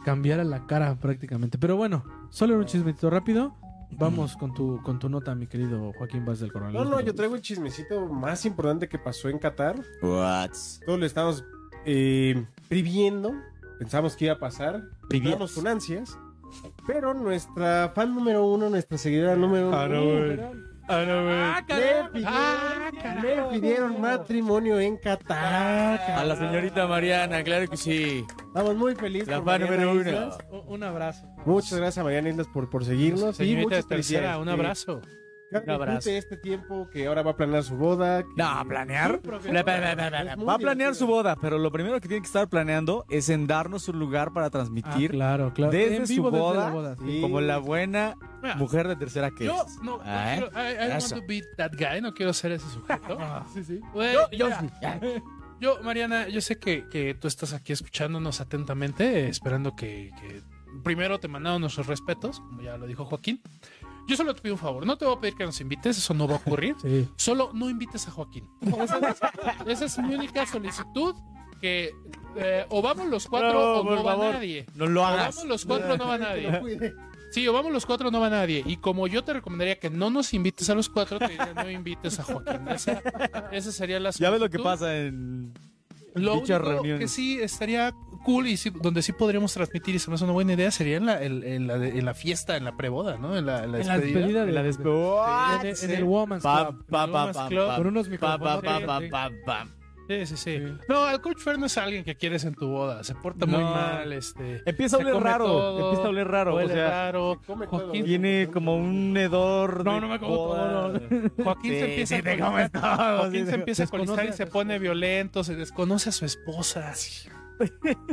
S1: cambiara la cara prácticamente. Pero bueno, solo era un chismecito rápido. Vamos con tu, con tu nota, mi querido Joaquín Vaz del Este Coronel.
S2: No, no, yo traigo el chismecito más importante que pasó en Qatar.
S5: What?
S2: Todos lo estamos eh, previendo. Pensamos que iba a pasar. Estábamos con ansias. Pero nuestra fan número uno, nuestra seguidora número uno.
S3: Ah, no, güey. Ah, no, güey.
S2: Le pidieron,
S3: Ah,
S2: le pidieron matrimonio en Qatar.
S5: A la señorita Mariana, claro que sí.
S2: Estamos muy felices.
S5: La
S2: por
S5: fan
S2: Mariana
S5: número uno.
S2: Islas.
S1: Un abrazo.
S2: Muchas gracias a Mariana Islas por, por seguirnos. y
S3: Señorita de
S2: muchas
S3: tercera,
S2: felicidades.
S3: un abrazo.
S2: Que
S5: Un abrazo.
S2: disfrute este tiempo que ahora va a planear su boda. que-
S4: No, planear. Pla- pla- pla- pla- pla-
S2: Es muy
S4: Va a planear
S2: divertido.
S4: su boda, pero lo primero que tiene que estar planeando es en darnos un lugar para
S1: Ah,
S4: transmitir
S1: claro, claro.
S4: desde
S1: En
S4: su
S1: vivo, desde
S4: boda,
S1: la boda. sí.
S2: Sí.
S4: como la buena
S3: Mira,
S4: mujer de tercera que
S3: Yo
S4: es.
S3: no, no
S4: Ah, ¿eh?
S3: quiero, I, I don't want
S4: Eso.
S3: to be that guy, no quiero ser ese sujeto.
S1: Sí, sí.
S3: Güey,
S5: Yo
S3: mira, <laughs> yo, Mariana, yo sé que, que tú estás aquí escuchándonos atentamente, eh, esperando que, que- primero te mandaron nuestros respetos, como ya lo dijo Joaquín. Yo solo te pido un favor, no te voy a pedir que nos invites, eso no va a ocurrir.
S1: Sí.
S3: Solo no invites a Joaquín. Esa es, esa es mi única solicitud. Que eh, o vamos los cuatro
S4: No,
S3: o
S4: por
S3: no va
S4: favor.
S3: nadie.
S4: No lo
S3: O
S4: hagas.
S3: vamos los cuatro o no va nadie.
S2: Cuide.
S3: Sí, o vamos los cuatro o no va nadie. Y como yo te recomendaría que no nos invites a los cuatro, te diría no invites a Joaquín. Esa, esa sería la
S4: Ya ves lo que
S3: solicitud.
S4: pasa en.
S3: Lo
S4: dichas
S3: único
S4: reuniones.
S3: que sí estaría cool y sí- donde sí podríamos transmitir y se me hace una buena idea sería en la, en- en la, de- en la fiesta, en la preboda, ¿no? En la, en la
S1: En la
S3: despedida.
S1: despedida de
S4: en la
S1: de-
S4: despe-
S1: en el- en el Woman's
S4: Pa,
S1: Club.
S4: pa, pa,
S3: Lomas
S4: pa,
S3: Club.
S4: pa.
S1: Con unos
S5: Pa,
S1: micrófonos.
S5: pa, pa,
S1: sí,
S5: pa,
S1: sí.
S5: pa, pa.
S3: Sí, sí, sí.
S1: Sí.
S3: No, el coach Fer no es alguien que quieres en tu boda. Se porta muy
S4: No.
S3: mal, este.
S4: Empieza a
S3: Se
S4: oler
S3: come
S4: raro.
S3: todo,
S4: empieza a oler raro. O
S3: huele
S4: sea,
S3: raro.
S2: Come todo.
S3: Joaquín,
S4: tiene como un hedor.
S3: No,
S4: de
S3: no me como
S4: boda.
S3: <laughs> Joaquín
S4: Sí,
S3: se empieza
S4: sí,
S3: a
S4: te
S3: colistar.
S4: comes todo,
S3: Joaquín se
S4: sí, te-
S3: empieza a
S1: desconoce
S3: colistar y
S1: a
S3: se
S1: su
S3: pone violento, se desconoce a su esposa. <laughs>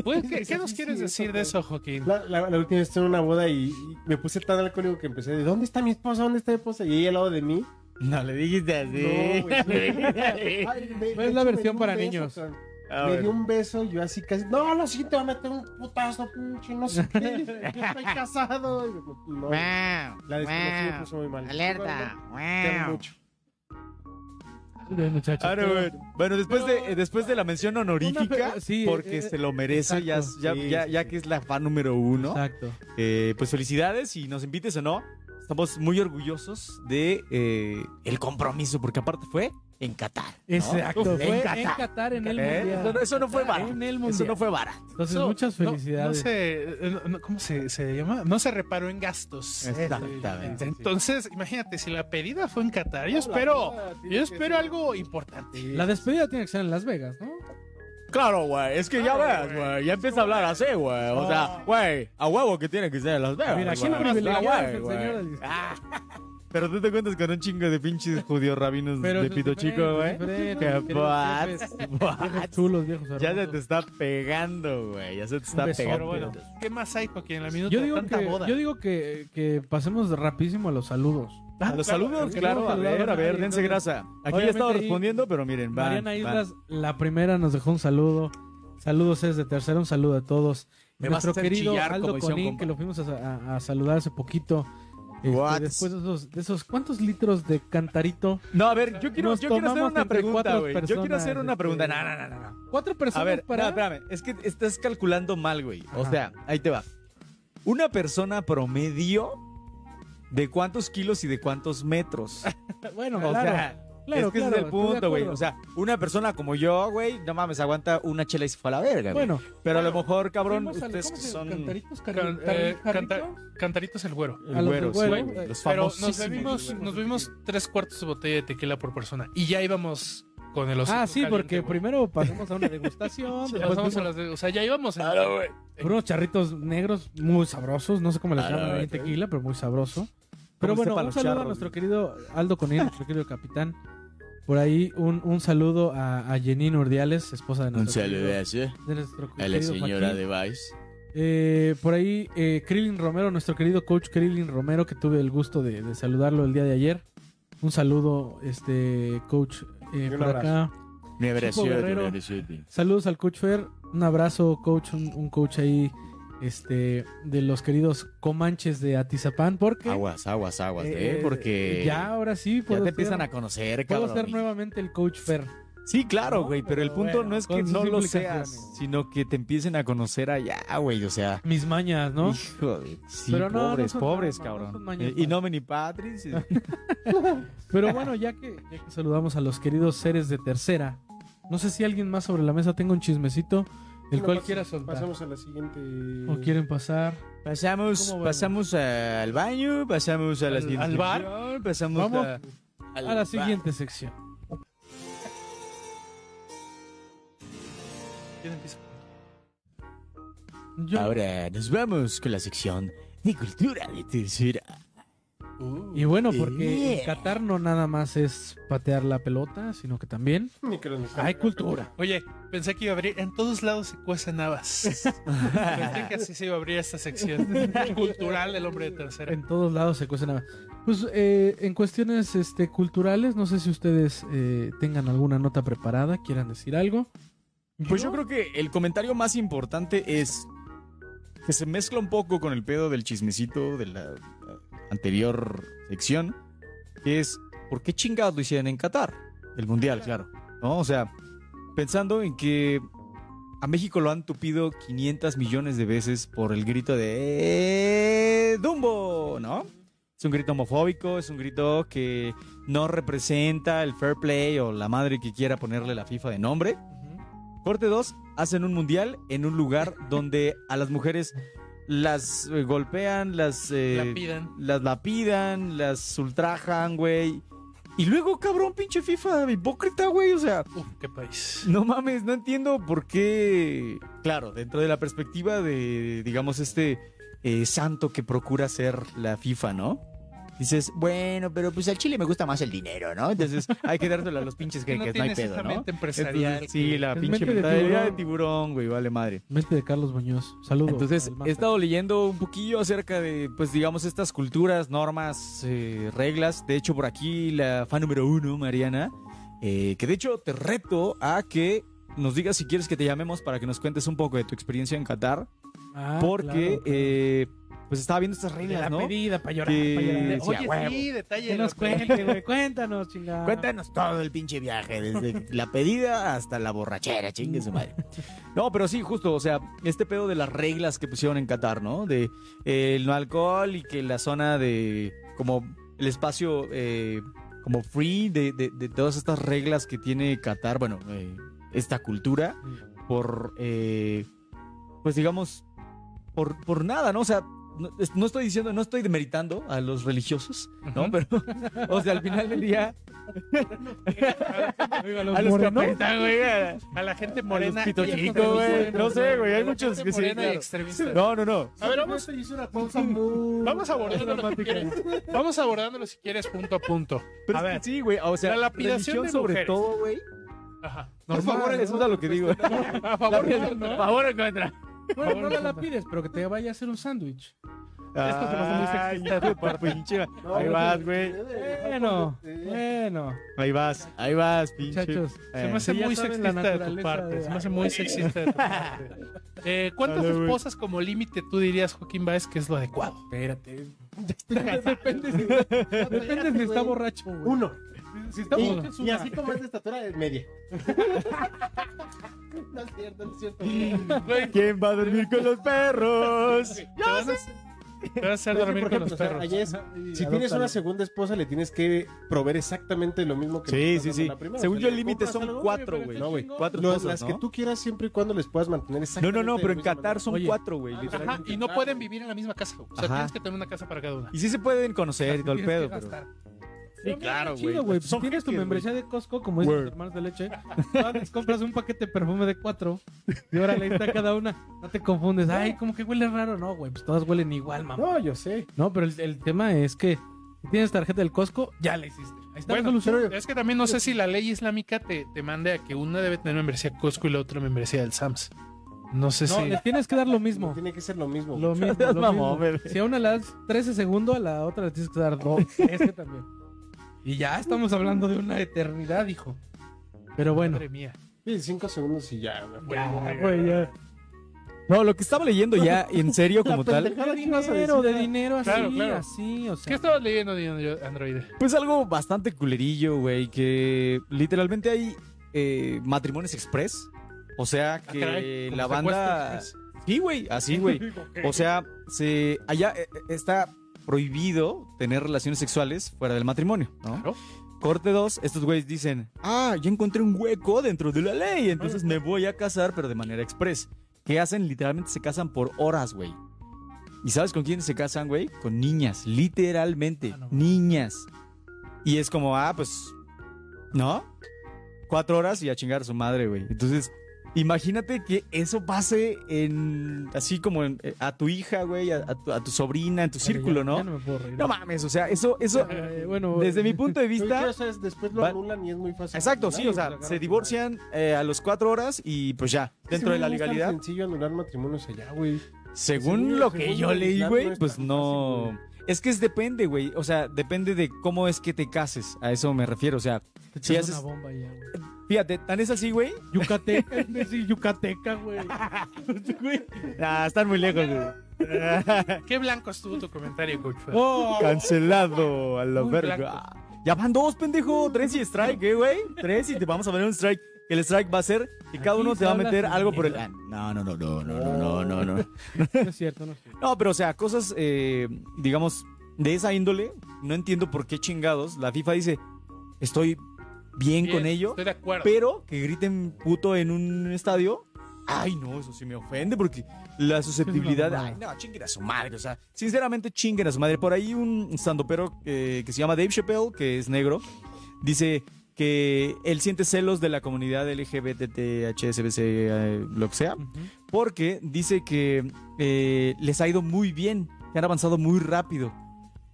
S3: Pues, ¿qué, qué nos quieres decir de eso, Joaquín?
S2: La, la- la última vez estuve en una boda y, y me puse tan alcohólico que empecé de ¿dónde está mi esposa? ¿Dónde está mi esposa? Y ella al lado de mí.
S5: No le dijiste así.
S2: No, güey. Ay, me-
S1: la
S2: de
S1: versión
S2: hecho, me dio un
S1: para
S2: beso,
S1: niños.
S2: cabrón.
S5: Ah,
S2: me
S5: bueno.
S2: dio un beso y yo así casi, no, lo siento, me meter un putazo, pinche, no sé qué, yo estoy casado. Y me- no, güey.
S5: Wow,
S2: la desconocí me
S5: wow.
S1: pues,
S2: puso muy mal.
S5: Alerta.
S2: Te amo
S5: Wow.
S2: mucho.
S1: Bien, muchachos.
S4: Ah, no, bueno. Bueno, después, de, eh, después de la mención honorífica,
S1: Una- sí,
S4: porque
S1: eh,
S4: se lo merece, ya,
S1: exacto.
S4: ya,
S2: Sí,
S4: ya,
S2: sí,
S4: ya
S2: sí.
S4: que es la fan número uno.
S1: Exacto.
S4: Eh, pues felicidades y nos invites o no. Estamos muy orgullosos de eh, el compromiso, porque aparte fue en Qatar.
S1: Exacto.
S4: Uf,
S1: fue
S4: en
S1: en
S4: Qatar.
S1: Qatar en el
S4: ¿Eh?
S1: mundial.
S4: Eso, no- eso no fue barato.
S1: En el
S4: Eso
S1: mundial.
S4: no fue barato.
S1: Entonces,
S3: No,
S1: Pues, muchas
S3: no- No,
S1: felicidades.
S3: se, eh, no- ¿Cómo se, se llama? No se reparó en gastos.
S4: Exactamente.
S3: Entonces, imagínate, si la pedida fue en Qatar, yo
S2: No, la
S3: espero,
S2: boda tiene
S3: yo
S2: que
S3: espero
S2: ser-
S3: algo importante.
S1: La despedida tiene que ser en Las Vegas, ¿no?
S4: Claro, güey. Es que ya ves, güey. Ah. Ya empieza a hablar así, güey. O sea, güey, a huevo que tiene que ser en Las Vegas.
S1: Mira,
S4: güey.
S1: qué privilegiado
S4: Ah,
S1: es el
S4: güey,
S1: señor
S4: güey.
S1: del-
S4: Ah, Pero tú te cuentas con un chingo de pinches judíos rabinos
S1: Pero
S4: de
S1: eso es
S4: pito
S1: diferente,
S4: chico,
S1: es
S4: güey.
S1: diferente,
S4: Que
S1: queridos jefes.
S4: what?
S1: Viejos chulos, viejos
S4: Ya se
S1: hermosos.
S4: te está pegando, güey. Ya se te está
S1: beso.
S4: pegando. Ah,
S3: Pero bueno, ¿qué más hay, Joaquín? En la minuta
S1: Yo digo,
S3: tanta
S1: que,
S3: boda.
S1: yo digo que, que pasemos rapidísimo a los saludos.
S4: A los saludos,
S1: sí,
S4: claro.
S1: vamos a
S4: A ver,
S1: saludar
S4: a
S1: a
S4: ver,
S1: nadie,
S4: dense
S1: entonces.
S4: grasa. Aquí ya he
S1: Obviamente
S4: estado
S1: ahí,
S4: respondiendo, pero miren, van,
S1: Mariana
S4: van.
S1: Islas, la primera nos dejó un saludo. Saludos es de tercera, un saludo a todos.
S4: Me vas a
S1: Nuestro
S4: hacer
S1: querido
S4: chillar,
S1: Aldo
S4: como decía un
S1: Conín,
S4: compa.
S1: que lo fuimos a, a- a saludar hace poquito. Este,
S4: What?
S1: después de esos, de esos, ¿cuántos litros de cantarito?
S4: No, a ver, yo quiero,
S1: Nos
S4: yo quiero hacer
S1: tomamos
S4: una
S1: entre
S4: pregunta,
S1: cuatro
S4: güey. Yo quiero hacer
S1: personas,
S4: una
S1: este,
S4: pregunta. No, no, no, no, no.
S1: ¿Cuatro
S4: A
S1: personas
S4: ver,
S1: para...?
S4: no, espérame. Es que estás calculando mal, güey. O
S1: Ajá.
S4: sea, ahí te va. Una persona promedio de cuántos kilos y de cuántos metros.
S1: bueno,
S4: O
S1: <laughs> claro,
S4: sea,
S1: claro,
S4: es
S1: claro,
S4: que ese es el
S1: estoy de
S4: punto, güey.
S1: acuerdo.
S4: O sea, una persona como yo, güey, no mames, aguanta una chela y se fue a la verga, güey.
S1: bueno,
S4: Pero a lo mejor, cabrón,
S1: fuimos al-
S4: ustedes
S1: ¿cómo
S4: que
S1: se-
S4: son
S1: cantaritos, carri-
S3: Can-
S1: carri-
S3: eh, canta-
S1: carritos?
S3: Cantarito es el güero.
S1: a los de
S4: güeros,
S1: güero,
S4: güey,
S1: eh,
S4: los
S3: Pero
S4: famosísimos.
S3: nos bebimos, nos bebimos tres cuartos de botella de tequila por persona. Y ya íbamos con el hocico
S1: Ah, sí,
S3: caliente,
S1: porque
S3: güey. pues,
S1: primero pasamos a una
S3: <laughs>
S1: degustación,
S3: Ya
S1: después
S3: pasamos a
S1: fuimos
S3: las de- o sea, ya íbamos en-
S1: por unos charritos negros muy sabrosos, no sé cómo les llaman ahí en tequila, pero muy sabroso. Pero bueno,
S4: para
S1: un
S4: los
S1: saludo a
S4: charros,
S1: nuestro
S4: güey.
S1: querido Aldo Conil, nuestro querido capitán. Por ahí un, un saludo a, a Jenin Urdiales, esposa de
S5: Un
S1: nuestro querido-
S5: saludazo
S1: de nuestro
S5: a la
S1: querido
S5: señora
S1: Joaquín.
S5: de Vice.
S1: Eh, por ahí, eh, Krillin Romero, nuestro querido coach Krillin Romero, que tuve el gusto de, de saludarlo el día de ayer. Un saludo, este coach, eh,
S2: Y un
S1: por acá.
S5: Un abrazo, un
S1: Guerrero.
S5: abrazo.
S1: Saludos al coach Fer. Un abrazo, coach, un, un coach ahí, este, de los queridos Comanches de Atizapán, porque
S5: Aguas, aguas, aguas,
S1: Eh,
S5: ¿eh? Porque
S1: ya ahora sí
S4: Ya
S1: puedo
S4: te
S1: ser-
S4: empiezan a conocer,
S1: puedo ser
S4: cabrón.
S1: nuevamente el coach Fer.
S4: Sí, claro,
S1: ¿no?
S4: güey, pero el
S1: Pero
S4: punto
S1: bueno,
S4: no es que
S1: con sus
S4: no lo
S1: implicaciones.
S4: seas, sino que te empiecen a conocer allá, güey, o sea.
S1: Mis mañas, ¿no?
S4: Hijo de... Sí,
S1: Pero no, no
S4: pobres,
S1: son
S4: pobres,
S1: nada más, no
S4: cabrón.
S1: son mañas
S4: y
S1: malas.
S4: no ni
S1: <laughs>
S4: Patrick. sí.
S1: Pero bueno, ya que, ya que saludamos a los queridos seres de tercera, no sé si alguien más sobre la mesa tenga un chismecito, el
S2: Bueno,
S1: cual
S2: pas-
S1: quiera soltar.
S2: Pasamos a la <laughs> siguiente.
S1: O quieren pasar.
S5: pasamos,
S1: ¿Cómo van?
S5: pasamos al baño, pasamos a la
S3: Al-
S5: siguiente
S3: al bar.
S5: sección, pasamos
S1: Vamos
S5: a, al
S1: a la
S5: bar.
S1: siguiente sección.
S3: ¿Quién empieza?
S1: Yo-
S4: Ah,
S5: Ahora nos vamos con la sección de cultura de tercera.
S1: Y bueno, porque
S5: Yeah.
S1: en Qatar no nada más es patear la pelota, sino que también
S2: Ni que los necesitamos.
S1: hay cultura.
S3: Oye, pensé que iba a abrir. En todos lados se cuecen
S4: <laughs>
S3: habas. pensé que así se iba a abrir esta sección cultural del hombre de tercera.
S1: En todos lados se cuestiona. Pues eh, en cuestiones este, culturales, no sé si ustedes eh, tengan alguna nota preparada, quieran decir algo.
S4: Pues yo creo que el comentario más importante es que se mezcla un poco con el pedo del chismecito de la eh, anterior sección, que es ¿por qué chingados lo hicieron en Qatar? El Mundial, claro. ¿No? O sea, pensando en que a México lo han tupido 500 millones de veces por el grito de "¡Eh, Dumbo, ¿no? Es un grito homofóbico, es un grito que no representa el fair play o la madre que quiera ponerle la FIFA de nombre. Corte 2, hacen un mundial en un lugar donde a las mujeres las eh, golpean, las, eh,
S3: La pidan.
S4: las lapidan, las ultrajan, güey. Y luego, cabrón, pinche FIFA, hipócrita, güey. O sea,
S3: Uf, qué país.
S4: no mames, no entiendo por qué. Claro, dentro de la perspectiva de, digamos, este eh, santo que procura ser la FIFA, ¿no? Dices,
S5: Bueno, pero pues al chile me gusta más el dinero, ¿no? Entonces,
S4: entonces hay que dárselo a
S1: <laughs>
S4: los pinches que,
S3: no
S4: no hay
S3: tienes
S4: pedo,
S3: esa
S4: ¿no?
S3: mente empresarial.
S4: Entonces, sí, la
S1: Es
S4: pinche
S1: mente de
S4: mentalidad de
S1: tiburón.
S4: tiburón, güey, vale madre.
S1: Mente de Carlos Muñoz. Saludos.
S4: Entonces,
S1: al Mata.
S4: he estado leyendo un poquillo acerca de, pues, digamos, estas culturas, normas, eh, reglas. De hecho, por aquí la fan número uno, Mariana, eh, que de hecho te reto a que nos digas si quieres que te llamemos para que nos cuentes un poco de tu experiencia en Qatar,
S1: Ah,
S4: porque,
S1: claro, claro.
S4: eh, pues, estaba viendo estas reglas,
S1: la
S4: ¿no?
S1: medida para llorar.
S4: Que-
S1: pa' llorar.
S4: Sí, a
S3: Oye,
S4: huevo.
S3: sí, detalle.
S1: Que
S3: de
S1: nos
S3: la-
S1: cuente, güey, Cuéntanos, chingada.
S5: cuéntanos todo el pinche viaje, desde la pedida hasta la borrachera, chingue su madre.
S4: No, pero sí, justo, o sea, este pedo de las reglas que pusieron en Qatar, ¿no? De eh, el no alcohol y que la zona de, como, el espacio eh, como free de, de- de todas estas reglas que tiene Qatar, bueno, eh, esta cultura, por, eh, pues digamos, por, por nada, ¿no? O sea, no, es- no estoy diciendo, no estoy demeritando a los religiosos, ¿no?
S3: Ujú.
S4: Pero, <laughs> o sea, al final del día,
S1: Oiga, los
S4: a los
S1: morenos.
S4: capitán, güey, a-
S3: A la gente morena.
S4: pito
S3: y-
S4: chico, güey. No sé, güey, hay
S3: A la
S4: muchos
S3: gente
S4: que sí,
S3: morena y
S4: claro.
S3: extremista.
S4: No, no, no.
S3: A ver, vamos,
S2: hice una pausa muy.
S3: vamos abordándolo si quieres. Vamos abordándolo si quieres punto a punto.
S4: Pero
S3: A
S4: es que
S3: ver.
S4: sí, güey. O sea,
S3: La
S4: la
S3: lapidación
S4: religión
S3: de
S4: sobre
S3: mujeres.
S4: todo, güey.
S3: Ajá.
S4: Por
S2: Normal,
S4: favor,
S2: ¿no?
S4: eso es lo que digo.
S3: A favor,
S4: La-
S3: ¿no?
S4: Por favor, encuentra.
S1: Bueno, no la pides, pero que te vaya a hacer un sándwich.
S3: Esto se me hace muy sexista de tu parte.
S2: Ahí vas, güey.
S1: Bueno, bueno,
S4: Ahí vas, ahí vas, pinche.
S1: muchachos.
S4: Eh,
S3: Se me hace
S1: Sí, ya
S3: muy
S1: saben la
S3: sexista de tu
S1: naturaleza
S3: parte.
S1: de-
S3: Se me hace muy sexista de tu parte. Eh, ¿Cuántas
S4: Dale, güey.
S3: esposas como límite tú dirías, Joaquín Báez, que es lo adecuado?
S1: Espérate. Depende si, depende si está borracho, güey.
S2: Uno.
S1: Si está
S2: Y,
S1: borracho, es
S2: y
S1: una.
S2: así como es de estatura, es media. <laughs> no es cierto, no es cierto.
S4: ¿Quién va a dormir con los perros?
S3: Te vas, a, te vas a hacer
S2: Pero
S3: dormir
S2: por
S3: con
S2: ejemplo,
S3: los
S2: o sea,
S3: perros.
S2: ahí es, si tienes una segunda esposa, le tienes que proveer exactamente lo mismo que le
S4: Sí,
S2: estás dando
S4: sí, sí.
S2: a la primera.
S4: Según
S2: O sea,
S4: yo, el
S2: le
S4: límite
S2: compras
S4: son
S2: algo,
S4: cuatro,
S1: pero
S4: güey.
S1: está
S4: No, güey.
S1: chingón.
S4: Cuatro
S2: lo-
S4: esposas,
S2: las que
S4: ¿no?
S2: tú quieras siempre y cuando les puedas mantener
S4: No,
S2: exactamente.
S4: no, no,
S2: de
S4: pero en
S2: la misma
S4: Qatar son
S1: Oye.
S4: cuatro, güey. literal.
S3: Ajá, y no pueden vivir en la misma casa. güey. O sea,
S4: Ajá.
S3: tienes que tener una casa para cada una.
S4: Y sí se pueden conocer y todo el
S1: Tienes que
S4: pedo, pero...
S1: gastar.
S4: Sí,
S1: Pero mira,
S4: claro,
S1: qué
S4: güey.
S1: chido, güey.
S4: Son
S1: Si tienes tu
S4: hackers,
S1: membresía de Costco, como dicen
S4: Word.
S1: los hermanos de leche, antes compras un paquete de perfume de cuatro y ahora le está cada una. No te confundes. Ay, como que huele raro. No, güey, pues todas huelen igual, mamá.
S2: No, yo sé.
S1: No, pero el, el tema es que si tienes tarjeta del Costco, ya la hiciste. Ahí está la
S3: Bueno,
S1: solución.
S3: es que también no sé si la ley islámica te, te mande a que una debe tener membresía Costco y la otra membresía del SAMS. No sé
S1: No,
S3: si.
S1: les tienes que dar lo mismo.
S2: Tiene que ser lo mismo. güey.
S1: Lo mismo, <laughs>
S4: seas
S1: lo
S4: mamón,
S1: mismo.
S4: bebé.
S1: Si a una le das 13 segundos, a la otra le tienes que dar <laughs> 2. Este también. Y ya estamos hablando de una eternidad, hijo. Pero bueno.
S3: Madre mía.
S2: Sí, cinco segundos y ya. güey.
S1: Ya, güey, ya.
S4: No, lo que estaba leyendo ya, en serio, como tal,
S1: De
S2: ¿qué ibas a
S1: dinero, de
S2: decir?
S1: dinero, así,
S3: Claro, claro.
S1: así, o
S3: ¿Qué
S1: sea.
S3: estabas leyendo, niño Android?
S4: pues algo bastante culerillo, güey, que literalmente hay eh, matrimonios express. O sea,
S3: Ah,
S4: que
S3: caray, como
S4: la banda...
S3: secuestros,
S4: Sí, güey, así, güey. O sea, se allá eh, eh, está prohibido tener relaciones sexuales fuera del matrimonio, ¿no?
S3: Claro.
S4: Corte 2, estos güeyes dicen, ah, ya encontré un hueco dentro de la ley, entonces me voy a casar, pero de manera express. ¿Qué hacen? Literalmente se casan por horas, güey. ¿Y sabes con quién se casan, güey? Con niñas, literalmente,
S1: Ah, no.
S4: niñas. Y es como, ah, pues, ¿no? Cuatro horas y a chingar a su madre, güey. Entonces, imagínate que eso pase en, así como en- eh, a tu hija, güey, a, a tu, a tu sobrina, en tu círculo,
S1: Ya- ya
S4: ¿no?
S1: me puedo reír.
S4: No mames, o sea, eso, eso,
S1: Eh, bueno,
S4: desde mi punto de
S2: Lo que quiero
S4: vista...
S2: hacer Pues, es después lo
S4: Va-
S2: anulan y es muy fácil.
S4: Exacto, sí, o sea, se divorcian eh, a los cuatro horas y pues ya, dentro de la
S2: Es
S4: legalidad.
S2: tan sencillo anular matrimonios allá, güey.
S4: Según
S2: Sí,
S4: lo
S2: según
S4: que yo
S2: lo
S4: leí,
S2: legal no
S4: güey,
S2: es
S4: pues
S2: tan
S4: no.
S2: fácil,
S4: Es que es depende, güey. O sea, depende de cómo es que te cases. A eso me refiero. O sea,
S1: Te echas
S4: si
S1: una
S4: haces-
S1: bomba ya, güey.
S4: fíjate, tan es así, güey.
S1: <laughs> Yucateca, sí, yucateca, güey.
S4: Ah, están muy lejos, güey.
S3: Qué blanco estuvo tu comentario, coach.
S1: Oh,
S4: Cancelado a la
S3: Muy
S4: verga. Ya van dos, pendejo. Tres y strike, ¿eh, güey. Tres y te vamos a poner un strike. El strike va a ser que cada
S1: Aquí
S4: uno
S1: se
S4: te va a
S1: habla
S4: meter
S1: sin
S4: algo por el.
S1: miedo.
S4: Ah, No, no, no, no, no, no, no, no, no.
S1: no es cierto, no es cierto.
S4: No, pero o sea, cosas, eh, digamos, de esa índole, no entiendo por qué chingados. La FIFA dice, estoy bien, con ello,
S3: Estoy de acuerdo.
S4: pero que griten puto en un estadio. Ay, no, eso sí me ofende porque la susceptibilidad.
S1: mamada.
S4: Ay, <laughs> no, chinguen a su madre. O sea, sinceramente, chinguen a su madre. Por ahí un standupero eh, que se llama Dave Chappelle, que es negro, dice que él siente celos de la comunidad LGBTHSBC, eh, lo que sea, porque dice que eh, les ha ido muy bien, que han avanzado muy rápido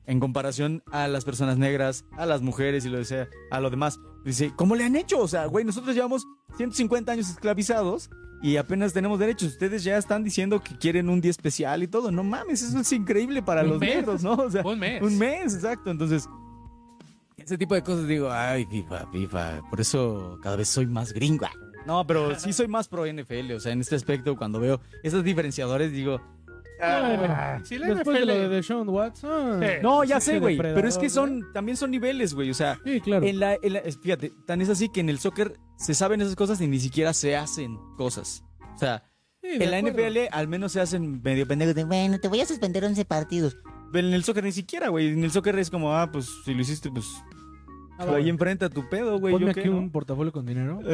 S4: en comparación a las personas negras, a las mujeres y lo desea, a lo demás. Dice, ¿cómo le han hecho? O sea, güey, nosotros llevamos 150 años esclavizados y apenas tenemos derechos. Ustedes ya están diciendo que quieren un día especial y todo. No mames, eso es increíble para
S3: Un
S4: los
S3: mes.
S4: negros, ¿no? O sea,
S3: Un mes.
S4: un mes, exacto. Entonces, ese tipo de cosas digo, ay, FIFA, FIFA. Por eso cada vez soy más gringa. No, pero sí soy más pro NFL. O sea, en este aspecto, cuando veo esos diferenciadores, digo,
S1: Ah. Bueno,
S3: Si Ah, la
S1: después de
S3: NFL
S1: lo de Deshaun Watson.
S3: Sí.
S4: no, ya
S1: Sí,
S4: sé, güey.
S1: depredador,
S4: Pero es que son, también son niveles, güey. O sea,
S1: Sí, claro.
S4: en la, en la- es- fíjate, tan es así que en el soccer se saben esas cosas y ni siquiera se hacen cosas. O sea,
S1: Sí, de
S4: en la
S1: acuerdo.
S4: NFL al menos se hacen medio
S5: Pendejo,
S4: pendejos.
S5: de, bueno, te voy a suspender 11 partidos.
S4: En el soccer ni siquiera, güey. En el soccer es como, ah, pues si lo hiciste, pues
S1: Ah,
S4: ahí
S1: bueno.
S4: enfrente a tu pedo, güey.
S1: Ponme
S4: yo
S1: aquí
S4: qué, ¿no?
S1: un portafolio con dinero.
S4: <laughs>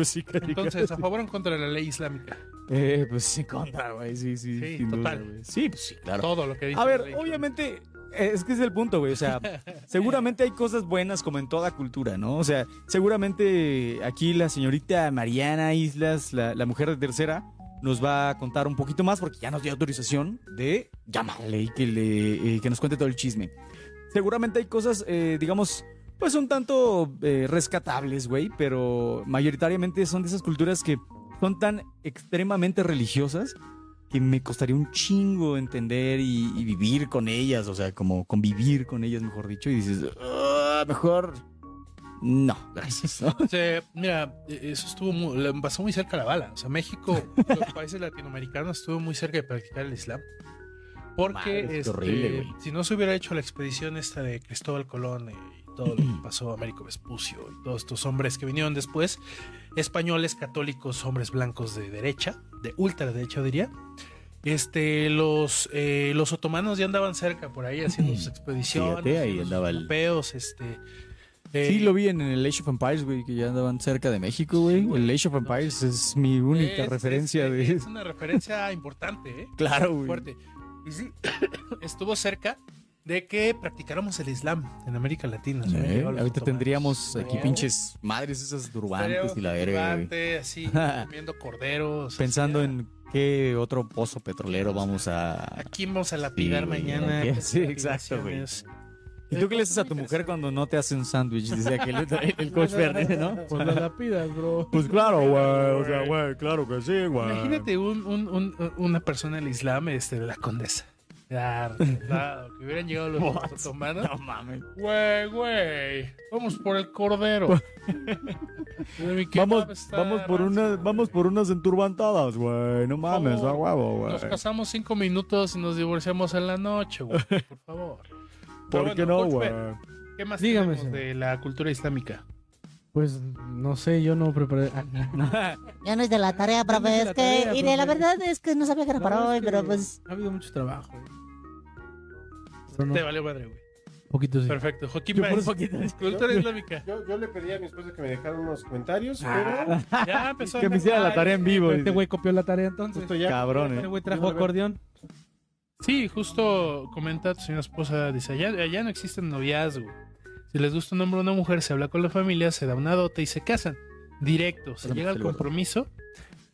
S4: Eh, pues sí, carica.
S3: Entonces, a favor o en contra de la ley islámica.
S4: <laughs> Eh, pues sí, contra, güey. Sí, sí,
S3: Sí,
S4: sin duda,
S3: total.
S4: güey. Sí, pues sí, claro.
S3: Todo lo que dice.
S4: A
S3: la
S4: ver,
S3: ley.
S4: obviamente, eh, es que es el punto, güey. O sea, seguramente hay cosas buenas como en toda cultura, ¿no? O sea, seguramente aquí la señorita Mariana Islas, la, la mujer de tercera, nos va a contar un poquito más porque ya nos dio autorización de llamarle y que, le, eh, que nos cuente todo el chisme. Seguramente hay cosas, eh, digamos, pues un tanto eh, rescatables, güey, pero mayoritariamente son de esas culturas que son tan extremadamente religiosas que me costaría un chingo entender y, y vivir con ellas, o sea, como convivir con ellas, mejor dicho, y dices, "Ah, mejor... No, <laughs> gracias. ¿no?
S3: O sea, mira, eh, eso estuvo muy, le pasó muy cerca la bala. O sea,
S4: <laughs>
S3: México, los países latinoamericanos estuvo muy cerca de practicar el Islam. Porque
S4: Madre, qué
S3: este,
S4: horrible, güey.
S3: si no se hubiera hecho la expedición esta de Cristóbal Colón eh, y todo lo
S4: <clears throat>
S3: que pasó a Américo Vespucio y todos estos hombres que vinieron después, españoles, católicos, hombres blancos de derecha, de ultraderecha diría, este, los, eh, los otomanos ya andaban cerca por ahí haciendo
S4: <clears throat>
S3: sus expediciones,
S4: Fíjate, ahí
S3: los
S4: andaba el-
S3: europeos, este, eh,
S4: Sí, lo vi en el Age of Empires, güey, que ya andaban cerca de México, güey. el Age of Empires es mi única
S3: Es-
S4: referencia
S3: es,
S4: de
S3: Es una referencia importante, ¿eh?
S4: <laughs> Claro, güey.
S3: Fuerte. Y sí, <coughs> estuvo cerca de que practicáramos el Islam en América Latina.
S4: Sí,
S3: ¿no? Llegaron los
S4: Eh, Ahorita
S3: otomanos.
S4: tendríamos aquí
S3: No.
S4: pinches madres esas turbantes y la verga, güey.
S3: Turbante, así,
S4: <laughs>
S3: comiendo corderos.
S4: Pensando
S3: así, ah,
S4: en qué otro pozo petrolero vamos a.
S3: ¿A quién vamos a lapidar
S4: Sí, güey,
S3: mañana? pues,
S4: ¿a qué?
S3: ¿Qué
S4: Sí, exacto, güey.
S3: lapidaciones?
S4: ¿Y tú qué le haces a tu mujer cuando no te hace un sándwich? Dice aquel <laughs> el coach Fernández, ¿no?
S1: Pues no la pidas, bro.
S6: Pues claro, güey. O sea, güey, claro que sí, güey.
S3: Imagínate un, un- un- una persona del Islam, este, la condesa. <laughs> Ah, claro, que hubieran llegado los otomanos.
S4: No mames.
S3: Güey, güey, vamos por el <laughs> cordero. De mi kebab
S6: Pues, Vamos,
S3: está
S6: vamos por unas,
S3: rancio,
S6: vamos por unas enturbantadas, güey. No mames,
S3: favor.
S6: a huevo,
S3: güey.
S6: güey.
S3: Nos casamos cinco minutos y nos divorciamos en la noche,
S6: <laughs>
S3: güey. Por favor.
S6: ¿Por
S3: Pero
S6: qué
S3: bueno,
S6: no, güey?
S3: Wolfman, ¿Qué más
S1: Dígame,
S3: tenemos
S1: señor.
S3: de la cultura islámica?
S1: Pues no sé, yo no preparé. Ah,
S7: Ya no es de la
S1: Ya
S7: tarea,
S1: no
S7: profe.
S1: es de
S7: es
S1: la
S7: que,
S1: tarea,
S7: mire, la
S1: profe.
S7: verdad es que no sabía que era
S1: la
S7: para
S1: verdad
S7: hoy,
S1: es que
S7: pero pues.
S1: Ha habido mucho trabajo. eh. Pero no,
S3: Te valió madre, güey.
S1: poquito sí.
S3: Perfecto. Joaquín Baez, <laughs> cultura islámica.
S2: Yo, yo le pedí a mi esposa que me dejara unos comentarios,
S4: Ah,
S2: pero
S4: <laughs>
S3: Ya empezó.
S4: Que me hiciera la tarea en vivo.
S1: Este güey copió la tarea entonces.
S2: justo ya.
S4: Cabrón,
S1: Este
S4: ¿eh?
S1: güey trajo acordeón.
S3: Sí, justo comenta tu señora esposa, dice, allá, allá no existen noviazgo. Si les gusta un hombre o una mujer, se habla con la familia, se da una dote y se casan. Directo, se
S4: Pásame
S3: llega al
S4: el gordo.
S3: compromiso.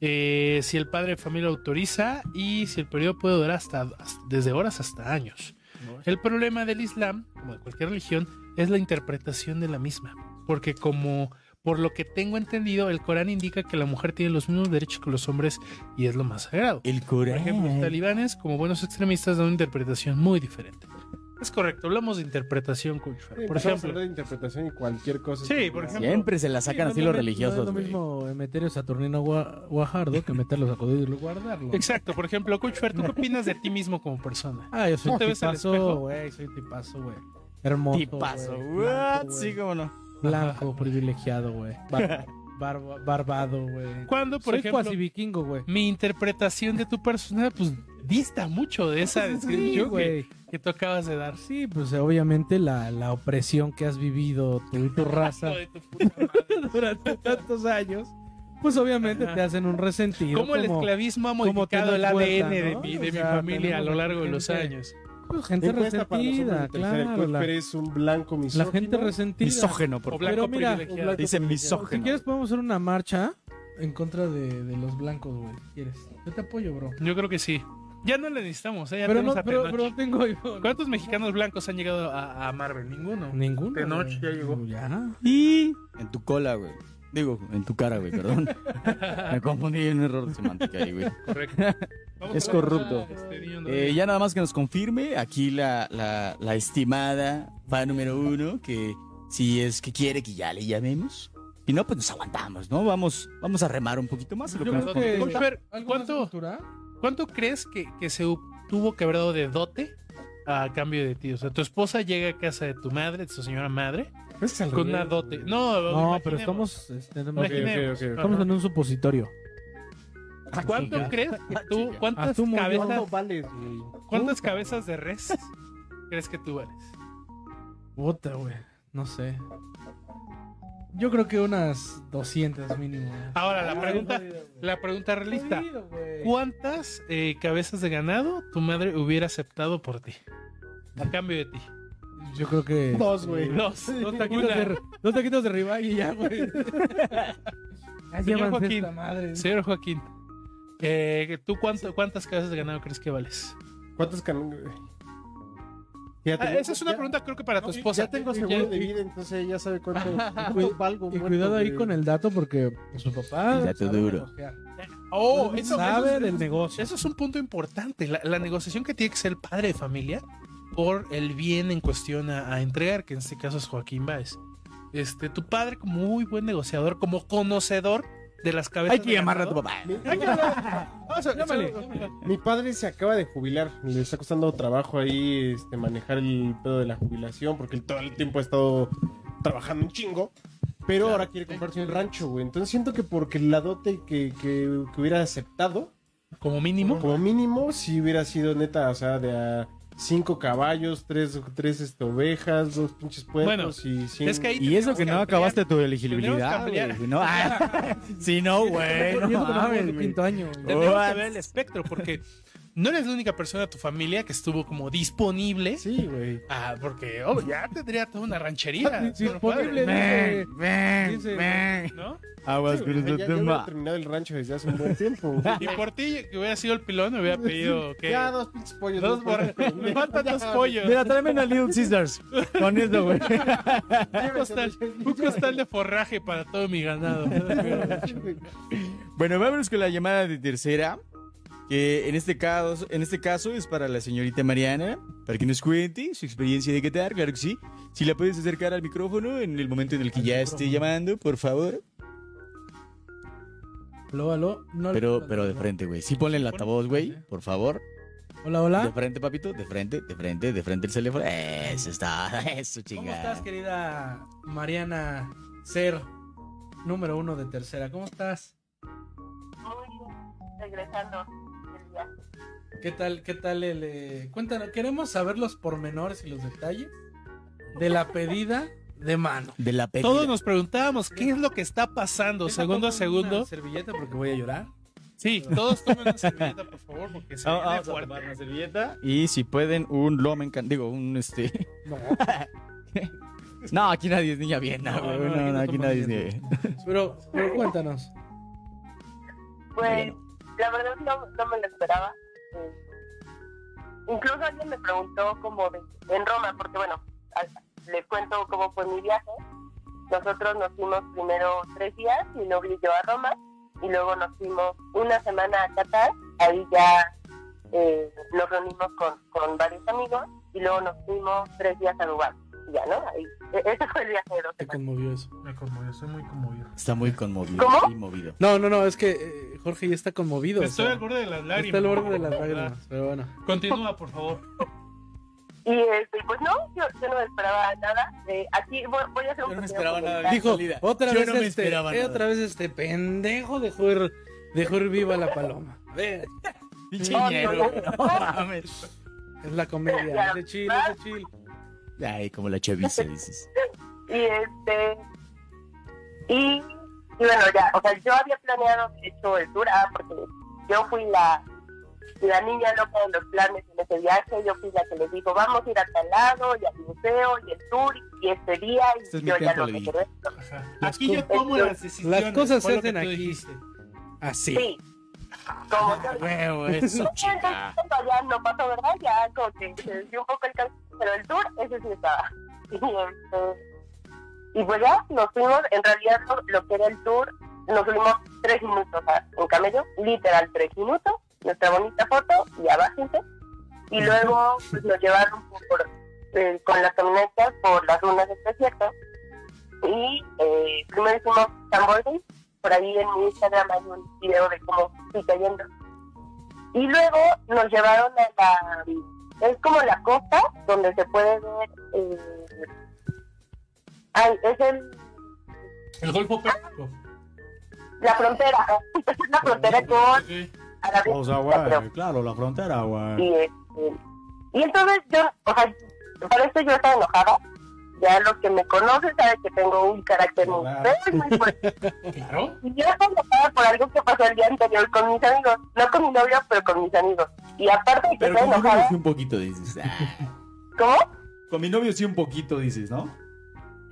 S3: eh, si el padre de familia autoriza y si el periodo puede durar hasta, hasta- desde horas hasta años. El problema del Islam, como de cualquier religión, es la interpretación de la misma. Porque como, por lo que tengo entendido, el Corán indica que la mujer tiene los mismos derechos que los hombres y es lo más sagrado.
S5: El
S3: Por ejemplo, los talibanes, como buenos extremistas, dan una interpretación muy diferente. Es correcto, hablamos de interpretación, Coach Fer.
S2: Por
S3: Por
S2: hablar
S3: ejemplo,
S2: de interpretación y cualquier cosa.
S3: Sí, por ejemplo.
S4: Siempre se la sacan así los
S1: No
S4: religiosos,
S1: es lo
S4: güey.
S1: mismo Emeterio Saturnino Gua- Guajardo que meterlos a codo y guardarlo.
S3: exacto, por ejemplo, Coach Fer, ¿tú qué opinas de ti mismo como persona?
S1: Ah, yo soy
S3: ¿No te ves al espejo?
S1: tipazo, güey. Soy tipazo, güey. Hermoso.
S4: Tipazo,
S1: güey.
S4: what?
S5: Ah,
S1: Blanco,
S4: Sí,
S1: güey.
S4: cómo no.
S1: Blanco, privilegiado, güey. Bar- barba- barbado, güey.
S3: Cuando, por
S1: Soy
S3: ejemplo,
S1: cuasi vikingo, güey.
S3: mi interpretación de tu persona, pues dista mucho de
S1: <laughs>
S3: esa
S1: Sí,
S3: descripción que,
S1: güey.
S3: que tú acabas de dar.
S1: Sí, pues obviamente la, la opresión que has vivido tú y tu raza
S3: Hijo de tu puta madre.
S1: durante tantos años, pues obviamente
S3: Ajá.
S1: te hacen un resentido.
S3: ¿Cómo el esclavismo ha
S1: cómo te
S3: modificado
S1: das
S3: el ADN
S1: cuenta,
S3: de,
S1: ¿no?
S3: mi, de
S1: O
S3: mi
S1: sea,
S3: familia a lo
S1: tenemos
S3: largo de los
S1: gente-
S3: años?
S1: pues, gente
S2: Encuesta para los hombres
S1: resentida,
S2: de tercera, el
S1: claro.
S2: Coach
S1: La,
S2: Pérez es un blanco misógino.
S1: la gente resentida.
S4: Misógeno, por
S3: O
S4: favor.
S3: blanco
S1: Pero mira,
S3: privilegiado.
S1: blanco-
S4: Dice
S1: Si
S4: misógeno.
S1: quieres podemos hacer una marcha en contra de, de los blancos, güey. si ¿Quieres? Yo te apoyo, bro.
S3: Yo creo que sí. Ya no le necesitamos, ¿eh? Ya
S1: Pero no,
S3: tenemos a
S1: pero,
S3: Tenoch.
S1: pero no tengo iPhone.
S3: ¿Cuántos mexicanos blancos han llegado a, a Marvel? Ninguno.
S1: Ninguno.
S3: Tenoch
S1: güey.
S3: ya llegó.
S1: Ya.
S4: Y en tu cola, güey. Digo, en tu cara, güey, perdón. Me confundí en un error de semántica ahí, güey.
S3: Correcto. Vamos
S4: Es
S3: a la
S4: corrupto.
S3: cosa, este, niño, ¿no?
S4: Eh, ya nada más que nos confirme aquí la, la, la estimada fan número uno, que si es que quiere que ya le llamemos. Y no, pues nos aguantamos, ¿no? Vamos, vamos a remar un poquito más. Lo que
S1: Yo
S4: nos
S1: creo
S4: contó.
S1: que-
S3: Coach Fer,
S1: ¿Algo más de
S3: ¿cuánto,
S1: cultura?
S3: ¿cuánto crees que, que se tuvo que haber dado de dote a cambio de ti? O sea, tu esposa llega a casa de tu madre, de tu señora madre, con una dote. No,
S1: No, pero estamos,
S3: imaginemos.
S1: este, no-
S2: Ok, ok,
S3: Imaginemos.
S2: ok, ok.
S1: estamos en un supositorio.
S3: Ajá. ¿Cuánto
S1: Ah,
S3: crees que tú,
S4: chica.
S3: cuántas
S1: Asumo yo.
S3: cabezas,
S2: vales?
S3: cuántas cabezas de res crees que tú vales?
S1: Puta, güey. No sé. Yo creo que unas 200 mínimo. güey.
S3: Ahora, la pregunta, la pregunta realista.
S1: Jodido, güey.
S3: ¿Cuántas eh, cabezas de ganado tu madre hubiera aceptado por ti? A cambio de ti.
S1: Yo creo que.
S2: Dos, güey.
S3: Dos. Dos
S1: taquitos
S3: taquitos
S1: de, dos taquitos de ribeye y ya, güey. Ya llévanse
S3: Joaquín,
S1: esta madre.
S3: Señor Joaquín, eh, ¿tú cuánto- cuántas cabezas de ganado crees que vales?
S2: ¿Cuántas can... Fíjate,
S3: Ah, esa es una
S2: ya-
S3: pregunta creo que para tu
S2: ya-
S3: esposa.
S2: Ya tengo
S3: Ya-
S2: seguro de vida, entonces ella sabe <laughs> cuánto,
S1: Cuid-
S2: cuánto valgo.
S1: Y
S2: muerto,
S1: cuidado ahí
S2: güey.
S1: con el dato porque su papá.
S4: El dato
S1: sabe
S4: duro.
S1: negociar.
S3: Oh, eso, eso
S1: sabe
S3: es-
S1: del negocio.
S3: Eso es un punto importante. La, la negociación que tiene que ser el padre de familia por el bien en cuestión a, a entregar, que en este caso es Joaquín Báez. Este, tu padre, como muy buen negociador, como conocedor de las cabezas.
S4: Hay que
S3: de
S4: llamar a tu
S3: ganado.
S4: papá.
S2: Mi, mi padre se acaba de jubilar. Le está costando trabajo ahí este, manejar el pedo de la jubilación porque él todo el tiempo ha estado trabajando un chingo. Pero ahora quiere comprarse un rancho, güey. Entonces siento que porque la dote que, que- que hubiera aceptado,
S3: Como mínimo.
S2: como mínimo, si hubiera sido neta, o sea, de a cinco caballos, tres, tres este, ovejas, dos pinches puertos y cien-
S3: es que ahí
S6: Y eso que no
S3: Tendríamos que
S6: acabaste tu
S3: Tendríamos
S6: elegibilidad,
S3: que ampliar.
S6: güey, No, ah, sí, no, güey. no mames, güey.
S1: quinto año. güey.
S3: Tendríamos
S6: Oh,
S3: que ver el espectro, porque no eres la única persona de tu familia que estuvo como disponible.
S2: Sí, güey.
S3: Ah, porque oh, ya tendría toda una
S4: <laughs>
S3: ranchería.
S1: Disponible, dice. dice-
S3: ¿no?
S6: Aguas
S2: Sí,
S6: cruz
S2: güey, ya,
S6: de
S2: ya hubiera
S6: tema.
S2: terminado el rancho desde hace un buen tiempo. güey.
S3: <laughs> Y por ti, que hubiera sido el pilón, me hubiera
S4: <laughs>
S3: pedido que.
S2: Ya, dos pinches pollos. <laughs>
S3: Dos
S2: puercos.
S3: borrachos. Me faltan dos pollos.
S6: Mira, tráeme una Little Scissors con eso, güey.
S3: un, costal, un costal de forraje para todo mi ganado.
S4: <laughs> Bueno, vámonos con la llamada de tercera, que en este caso, en este caso es para la señorita Mariana, para que nos cuente su experiencia de Qatar, claro que sí. Si la puedes acercar al micrófono en el momento en el que ya esté llamando, por favor.
S1: Aló, aló. No,
S4: Pero,
S1: no,
S4: pero de
S1: no.
S4: frente, güey. Sí ponle el altavoz, güey, por favor.
S1: Hola,
S4: De
S1: hola.
S4: frente, papito, de frente, de frente, de frente el teléfono. Eso está, <laughs> eso,
S1: ¿Cómo
S4: chingada.
S1: estás, querida Mariana Ser, número uno de tercera? ¿Cómo estás?
S8: regresando el día.
S1: ¿Qué tal, qué tal el... eh, Cuéntanos, queremos saber los pormenores y los detalles de la pedida de mano.
S4: De la pedida.
S3: Todos nos preguntábamos qué es lo que está pasando
S1: Deja,
S3: segundo a
S1: pongo
S3: segundo.
S1: una servilleta porque voy a llorar.
S3: Sí, todos tomen una servilleta, por favor, porque se viene fuerte.
S4: servilleta. Y si pueden, un lomen, can- digo, un este. <laughs> No. aquí nadie es niña bien, no,
S1: No,
S4: güey,
S1: no,
S4: no,
S1: aquí
S4: no,
S1: no toman
S4: aquí nadie es
S1: niña
S4: niña bien.
S1: Pero, pero cuéntanos.
S8: Pues la verdad no, no me lo esperaba. Eh, Incluso alguien me preguntó como de- en Roma, porque bueno, a- les cuento cómo fue mi viaje. Nosotros nos fuimos primero tres días, mi novio y yo a Roma, y luego nos fuimos una semana a Qatar. Ahí ya eh, nos reunimos con, con varios amigos y luego nos fuimos tres días a Dubái. Y Ya, ¿no? Ahí, e- ese fue el viaje de dos
S1: Te
S8: semanas.
S1: conmovió eso.
S3: Me conmovió, soy muy conmovido.
S4: Está muy conmovido.
S8: ¿Cómo?
S4: muy movido.
S1: No, no, no, es que eh, Jorge ya está conmovido. o
S3: Estoy
S1: sea,
S3: al borde de las lágrimas.
S1: está al borde de las lágrimas, pero bueno.
S3: Ah, Continúa, por favor.
S8: Y este, pues no, yo, yo no esperaba nada. Eh, aquí voy, voy a hacer un
S4: Yo no
S8: pequeño
S4: esperaba nada de
S8: comentario.
S1: Dijo,
S4: Salida.
S1: otra
S4: Yo
S1: vez,
S4: no me
S1: este,
S4: esperaba
S1: eh,
S4: nada.
S1: otra vez este pendejo dejó ir, dejó ir viva la paloma. Ve,
S4: Pinche
S8: No,
S4: ñero,
S8: no,
S4: güey,
S8: no.
S4: no mames.
S1: es la comedia, es de chill, es de chill.
S4: Ay, como la chaviza, dices.
S8: Y este. Y, y bueno, ya, o sea, yo había planeado, de hecho, el tour, ah, porque yo fui la, la niña loca de los planes en ese viaje, yo fui la que les dijo, vamos a ir a tal lado, y al museo, y el tour, y este día, y
S4: Este es mi
S8: yo ya
S4: tiempo,
S8: no
S4: le
S8: me
S4: dije.
S8: quedé.
S3: Ajá.
S1: Las
S3: Aquí yo
S1: cosas-
S3: tomo las decisiones.
S1: Las cosas
S3: fue
S1: se
S3: lo que
S1: hacen
S3: tú
S1: aquí.
S3: dijiste.
S1: Así.
S8: Sí. Como yo
S4: Ah, Huevo, eso, chica.
S8: ya no pasó, ¿verdad? Ya como que se desvió un poco el camino, pero el tour, ese sí estaba. <laughs> Y, este, y pues ya nos fuimos, en realidad lo- lo que era el tour, nos fuimos tres minutos a un camello, literal tres minutos, nuestra bonita foto y abájense. Y luego pues, nos llevaron por, eh, con las camionetas por las ruinas del desierto. Y eh, primero hicimos tambores, por ahí en mi Instagram hay un video de cómo fui cayendo y luego nos llevaron a la es como la costa donde se puede ver eh, ay, es el,
S3: El Golfo Pérsico.
S8: la frontera <laughs> la frontera con
S3: Sí.
S8: Arabia
S6: O sea,
S8: Saudita, creo.
S6: güey, claro, la frontera, güey.
S8: y, este, y entonces yo o sea por esto yo estaba enojada ya los que me conocen saben que tengo un carácter muy
S2: Claro.
S8: feo y muy fuerte
S3: Claro.
S8: Y yo estaba enojada por algo que pasó el día anterior con mis amigos no con mi novio pero con mis amigos y aparte de que
S4: Pero con
S8: estoy
S4: mi novio
S8: enojada
S4: sí un poquito, dices. Ah,
S8: ¿cómo?
S4: Con mi novio sí un poquito, dices, ¿no?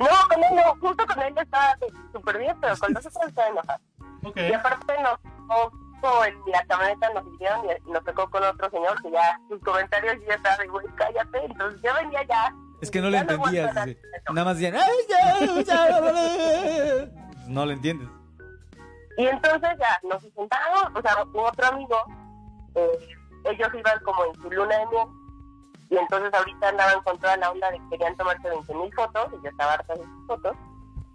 S8: No, con él no, justo con él estaba súper bien, pero con los otros estaba enojada.
S3: Ok.
S8: Y aparte nos tocó en la camioneta, nos dividieron y nos tocó con otro señor que ya sus comentarios yo ya estaba de, güey, cállate, entonces yo venía ya.
S4: Es que no le
S8: Ya aguanto
S4: entendías.
S8: nada.
S4: dice. Nada más decían. "Ay, ya, ya, ya, ya". No le entiendes.
S8: Y entonces ya nos sentamos, o sea, mi otro amigo, eh, ellos iban como en su luna de miel, y entonces ahorita andaban con toda la onda de que querían tomarse 20 mil fotos, y yo estaba harta de sus fotos.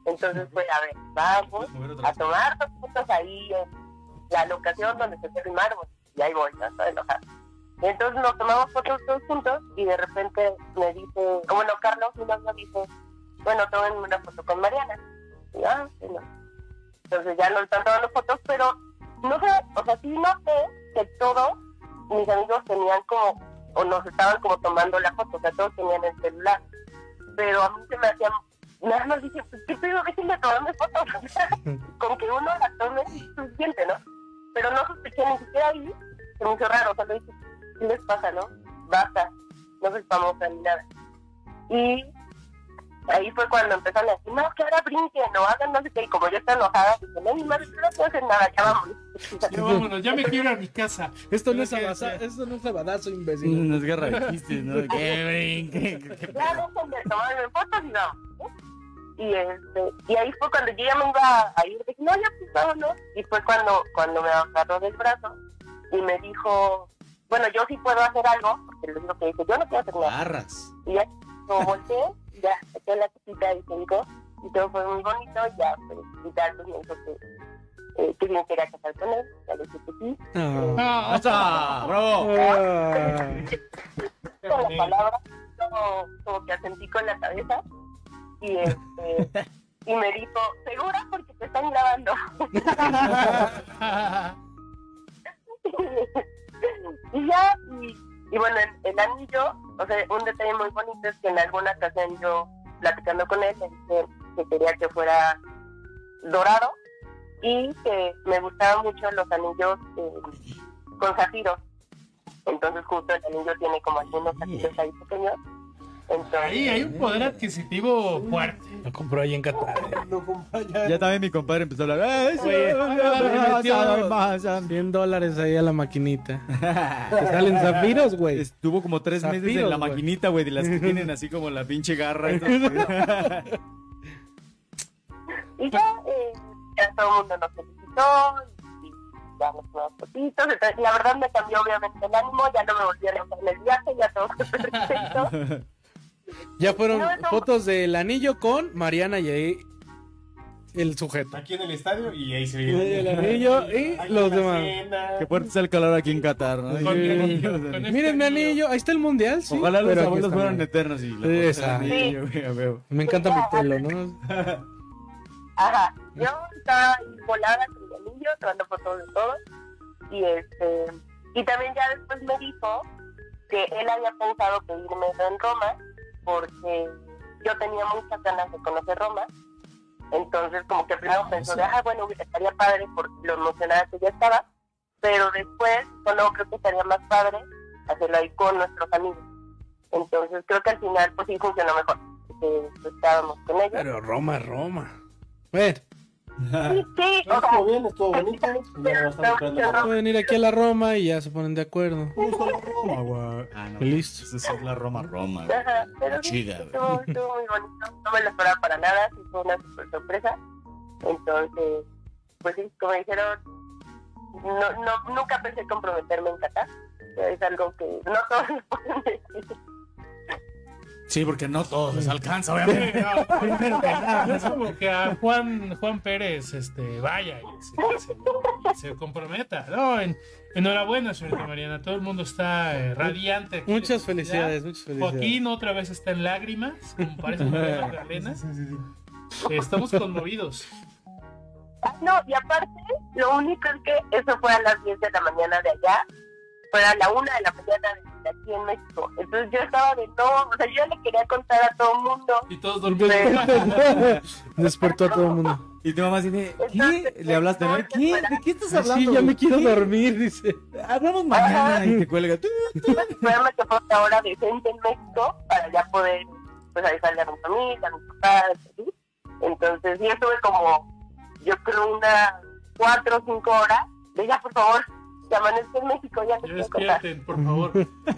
S8: Entonces fue, a ver, vamos a tomar las fotos ahí en la locación donde se filmaron y ahí voy, ya estaba enojada. Y entonces nos tomamos fotos todos juntos, y de repente me dice, o bueno, Carlos, mi novio, dice, bueno, tomen una foto con Mariana. Y, yo, ah, bueno. Entonces ya no están tomando fotos, pero no sé, o sea, sí noté que todos mis amigos tenían como, o nos estaban como tomando la foto, o sea, todos tenían el celular. Pero a mí se me hacían, nada más dije, pues, ¿qué pedo que si me tomando fotos? <laughs> O sea, con que uno la tome es suficiente, ¿no? Pero no sospeché ni siquiera ahí, se me hizo raro, o sea, lo dije, ¿qué les pasa, no? Basta, no soy famosa ni nada. Y ahí fue cuando empezaron a decir, no, que ahora brinquen, no hagan no sé qué, y como yo estaba enojada, dije, no, mi madre, yo no puedo hacer nada, ya vámonos. <laughs>
S3: Ya vámonos, ya me quiero ir a mi casa.
S1: Esto no es
S3: Creo que-
S1: abaza- esto no es abadazo, imbécil.
S4: Nos guerra de chistes, ¿no? De que, güey, que- que-
S8: ya dejen de tomarme fotos y vamos. ¿no? Y, este, y ahí fue cuando yo ya me iba a ir, dije, no, ya pues vámonos. Y fue cuando, cuando me agarró del brazo y me dijo, bueno, yo sí puedo hacer algo, porque lo único que dije, yo no puedo hacer nada.
S5: Ah.
S4: Barras.
S8: Y ya como volteé, ya saqué la cosita y se dijo, y todo fue muy bonito, y ya, pues, y tal, pues me dijo que, eh, que bien quería casar con él, ya le dije que sí,
S4: Mm.
S3: Ah,
S4: ¡Asa! ¡Bravo!
S8: con la palabra, como, como que asentí con la cabeza, y este, y me dijo, ¿segura? Porque te están grabando. y ya, y, y bueno, el, el anillo, o sea, un detalle muy bonito es que en alguna ocasión yo, platicando con él, le dije que quería que fuera dorado y que me gustaban mucho los anillos eh, con zafiros. Entonces, justo el anillo tiene como algunos zafiros ahí pequeños. Entonces,
S3: ahí hay un poder adquisitivo fuerte.
S1: Lo compró ahí en Qatar.
S4: Ya también mi compadre empezó a hablar. "Ah, eso,
S3: Oye,
S4: ah, ah,
S3: metió-
S4: ah, ah, ah,
S1: 100 dólares ahí a la
S4: <laughs>
S1: maquinita. Te salen zafiros,
S4: ah".
S1: güey.
S4: Estuvo como tres
S1: Zafiros,
S4: meses en la
S1: güey.
S4: maquinita, güey, de las que tienen así como la pinche garra. y todo.
S8: Y ya, eh, ya todo el mundo nos felicitó y, y ya nos tomamos fotitos. Entonces, la verdad me cambió obviamente el ánimo, ya no me volví a levantar en el viaje, ya todo fue perfecto.
S1: Ya fueron
S8: No, no.
S1: fotos del anillo con Mariana y ahí el sujeto.
S2: Aquí en el estadio y ahí se ve.
S1: El anillo y
S2: Aquí
S1: los
S2: en la
S1: demás.
S2: cena.
S4: Qué fuerte está el calor aquí en Qatar, ¿no?
S1: Sí.
S4: Con-
S1: Miren,
S4: con- con-
S1: Miren mi anillo, ahí está el mundial, sí.
S4: Ojalá los
S1: pero aquí
S4: abuelos
S1: está
S4: fueran
S1: Mariana.
S4: eternos y la
S1: Sí,
S4: foto
S1: esa.
S4: del anillo, güey, a huevo.
S1: Me encanta mi pelo, ¿no?
S8: Ajá, yo estaba ahí volada con mi anillo, tomando fotos de todo. Y, este, y también ya después me dijo que él había pensado pedirme en Roma porque yo tenía muchas ganas de conocer Roma. Entonces, como que primero pensó de, ah, bueno, estaría padre por lo emocionada que ya estaba. Pero después, solo creo que estaría más padre hacerlo ahí con nuestros amigos. Entonces, creo que al final, pues sí funcionó mejor. porque, pues, estábamos con ellos.
S1: Pero Roma, Roma. Bueno,
S8: Sí, sí, o sea,
S2: Estuvo bien, estuvo bonito. Y ya lo están esperando.
S1: pueden ir aquí a la Roma y ya se ponen de acuerdo.
S4: Ah, no.
S1: Listo.
S4: Esa es la Roma, Roma. güey.
S8: Ajá, pero sí,
S4: Chida, güey.
S8: estuvo, estuvo muy bonito, no me lo esperaba para nada, sí fue una super sorpresa. Entonces, pues sí, como dijeron, no, no, nunca pensé comprometerme en Qatar, pero es algo que no <laughs> todos lo pueden decir.
S4: Sí, porque no todos les alcanza, obviamente.
S3: Es como que a Juan, Juan Pérez este, vaya y se, se- se comprometa. No, en- enhorabuena, señorita Mariana. Todo el mundo está eh, radiante. aquí.
S1: Muchas felicidades, muchas felicidades.
S3: Joaquín otra vez está en lágrimas, como parece una
S1: <laughs>
S3: Magdalena. Estamos conmovidos.
S8: Ah, No, y aparte, lo único es que eso fue a las 10 de la mañana de allá, fue a la 1 de la mañana de aquí en México. Entonces yo estaba de todo, o sea, yo ya le quería contar a todo el mundo.
S3: Y todos dormidos.
S1: <laughs> Despertó a todo el mundo.
S4: Y tu mamá dice,
S8: Entonces,
S4: ¿qué? Le hablaste, ¿no?
S8: entonces,
S4: ¿Qué?
S8: fuera-
S4: ¿De qué estás
S1: Sí,
S4: hablando?
S1: ya me
S4: güey?
S1: quiero
S4: ¿Qué?
S1: dormir, dice.
S4: Hablamos mañana y te cuelga.
S8: Espérame que fue una hora decente en México para ya poder pues avisarle a mi familia, a mis papás, así. Entonces, sí estuve como, yo creo unas cuatro o cinco horas de ya, por favor, ya amanezco en México, ya te
S3: Ya
S8: quiero contar.
S3: despierten, por favor.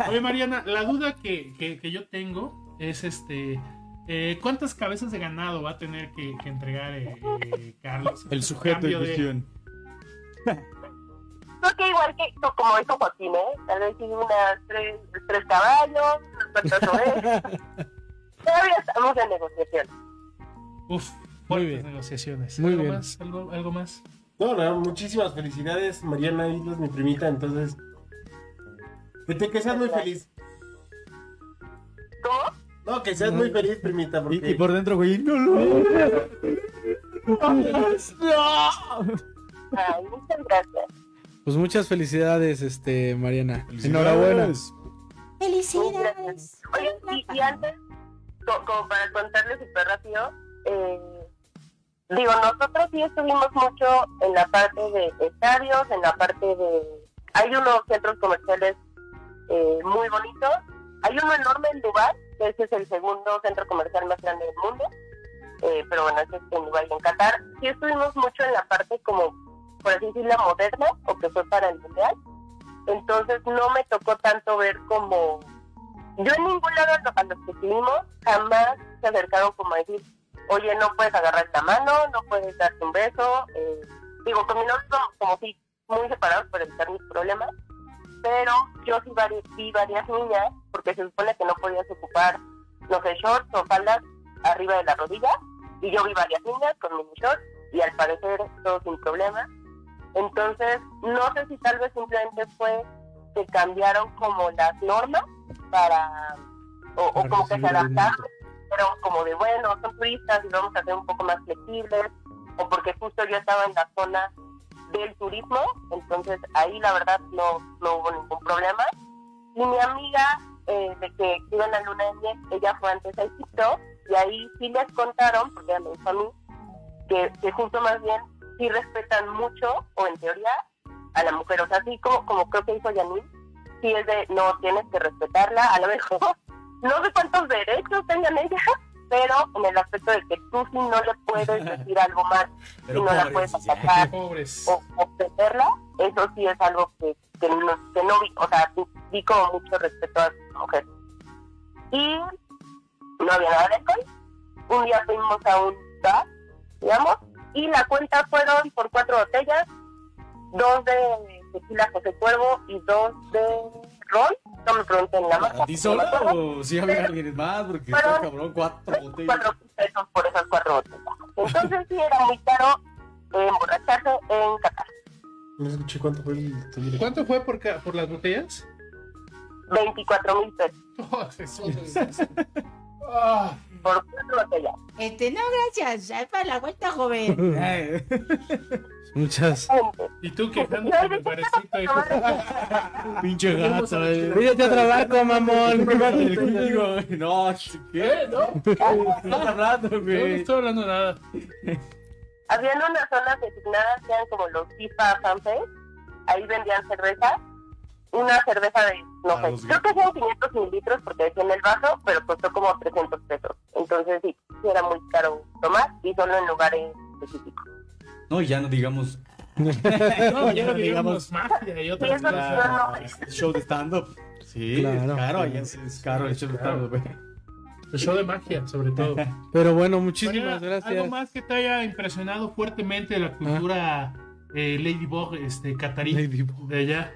S3: Oye, Mariana, la duda que, que- que yo tengo es este. eh, ¿Cuántas cabezas de ganado va a tener que, que entregar eh, eh, Carlos?
S4: El sujeto en
S3: Cambio de-
S4: cuestión.
S8: Creo que igual que co- como dijo Joaquín, ¿eh? Tal vez sí unas tres, tres caballos, unas cuantas ovejas. Todavía estamos en negociación.
S3: Uf, muy
S1: bien.
S3: negociaciones.
S1: Muy
S3: ¿Algo
S1: bien.
S3: más? ¿Algo, algo más?
S2: No, no, muchísimas felicidades, Mariana Islas, mi primita, entonces. Que, te, que seas muy feliz.
S8: ¿Cómo?
S2: No, que seas muy feliz, primita, porque.
S4: Y, y por dentro, güey, no lo.
S8: Ay, muchas gracias.
S1: Pues muchas felicidades, este, Mariana.
S4: Enhorabuena.
S7: Felicidades.
S8: Oye, y, y antes, co- como para contarles súper rápido, eh, digo, nosotros sí estuvimos mucho en la parte de estadios, en la parte de... Hay unos centros comerciales eh, muy bonitos. Hay uno enorme en Dubái, que ese es el segundo centro comercial más grande del mundo. Eh, pero bueno, ese es en Dubái y en Qatar. Sí estuvimos mucho en la parte como, por así decirlo, moderna, o que fue para el mundial. Entonces no me tocó tanto ver como yo en ningún lado lo- a los que estuvimos jamás se acercaron como a decir, oye, no puedes agarrar la mano, no puedes darte un beso. eh, digo, con mi novio somos como si muy separados para evitar mis problemas, pero yo sí vari- vi varias niñas, porque se supone que no podías ocupar, no sé, shorts o faldas arriba de la rodilla, y yo vi varias niñas con mini shorts, y al parecer todo sin problema. Entonces, no sé si tal vez simplemente fue que cambiaron como las normas para o, o
S1: Para
S8: como que se
S1: recibir el
S8: adaptaron pero como de bueno son turistas y vamos a ser un poco más flexibles o porque justo yo estaba en la zona del turismo entonces ahí la verdad no no hubo ningún problema y mi amiga eh, de que iba en la luna de miel ella fue antes a Egipto y ahí sí les contaron porque ella me dijo a mí que, que justo más bien sí respetan mucho o en teoría a la mujer o sea así como como creo que hizo Janine sí es de no tienes que respetarla, a lo mejor <laughs> no sé cuántos derechos tengan ellas, pero en el aspecto de que tú sí no le puedes
S5: <laughs>
S8: decir algo más,
S5: Pero
S8: si no la
S5: pobres,
S8: puedes
S5: o sea.
S8: atacar
S3: Pobres.
S8: o obtenerla, eso sí es algo que, que no, que no vi, o sea, sí vi como mucho respeto a las mujeres. Y no había nada de alcohol. Un día fuimos a un bar, digamos, y la cuenta fueron por cuatro botellas, dos de tequila José Cuervo y dos de ron, no me pregunten la marca.
S4: ¿A ti
S8: no me
S4: sola
S8: acuerdo.
S4: o si había alguien más? Porque
S8: Pero-
S4: está cabrón, cuatro botellas.
S8: cuatro pesos por esas cuatro botellas. Entonces sí era muy caro eh, emborracharse en Qatar.
S2: No escuché cuánto fue el tuyo.
S3: ¿Cuánto fue por, ca- por las <laughs> botellas?
S8: 24 mil pesos
S3: Oh, Ah,
S8: por cuatro botellas.
S7: Este, no, gracias. Ahí para la vuelta, joven.
S4: Ay,
S1: Muchas.
S3: y tú quejándote en el barecito, hijo.
S4: Pinche gato. eh.
S1: Pídete otro barco, mamón.
S4: Llévate el cultivo, güey. No, ¿qué? No. Estás hablando,
S3: Yo no
S4: güey.
S3: estoy hablando nada.
S8: Habían unas zonas designadas que eran como los FIFA Fanface. Ahí vendían cerveza. Una cerveza de, no
S4: Para los
S8: sé, creo que eran 500 mililitros porque decía en el vaso, pero costó como 300 pesos. Entonces sí, sí era muy caro tomar y solo en lugares específicos.
S4: No, ya no digamos
S3: No, ya
S4: no
S3: no digamos magia y
S8: Y
S3: otras
S8: eso sí,
S3: cosas.
S8: yo no,
S4: show de stand-up. Sí,
S1: Claro.
S4: es caro, allá sí es caro el show de stand-up, güey.
S3: El show de magia, sobre todo.
S1: Pero bueno, muchísimas
S3: Mariana, ¿Algo
S1: gracias.
S3: más que te haya impresionado fuertemente de la cultura eh, Ladybug este, catarí
S1: Ladybug.
S3: de allá?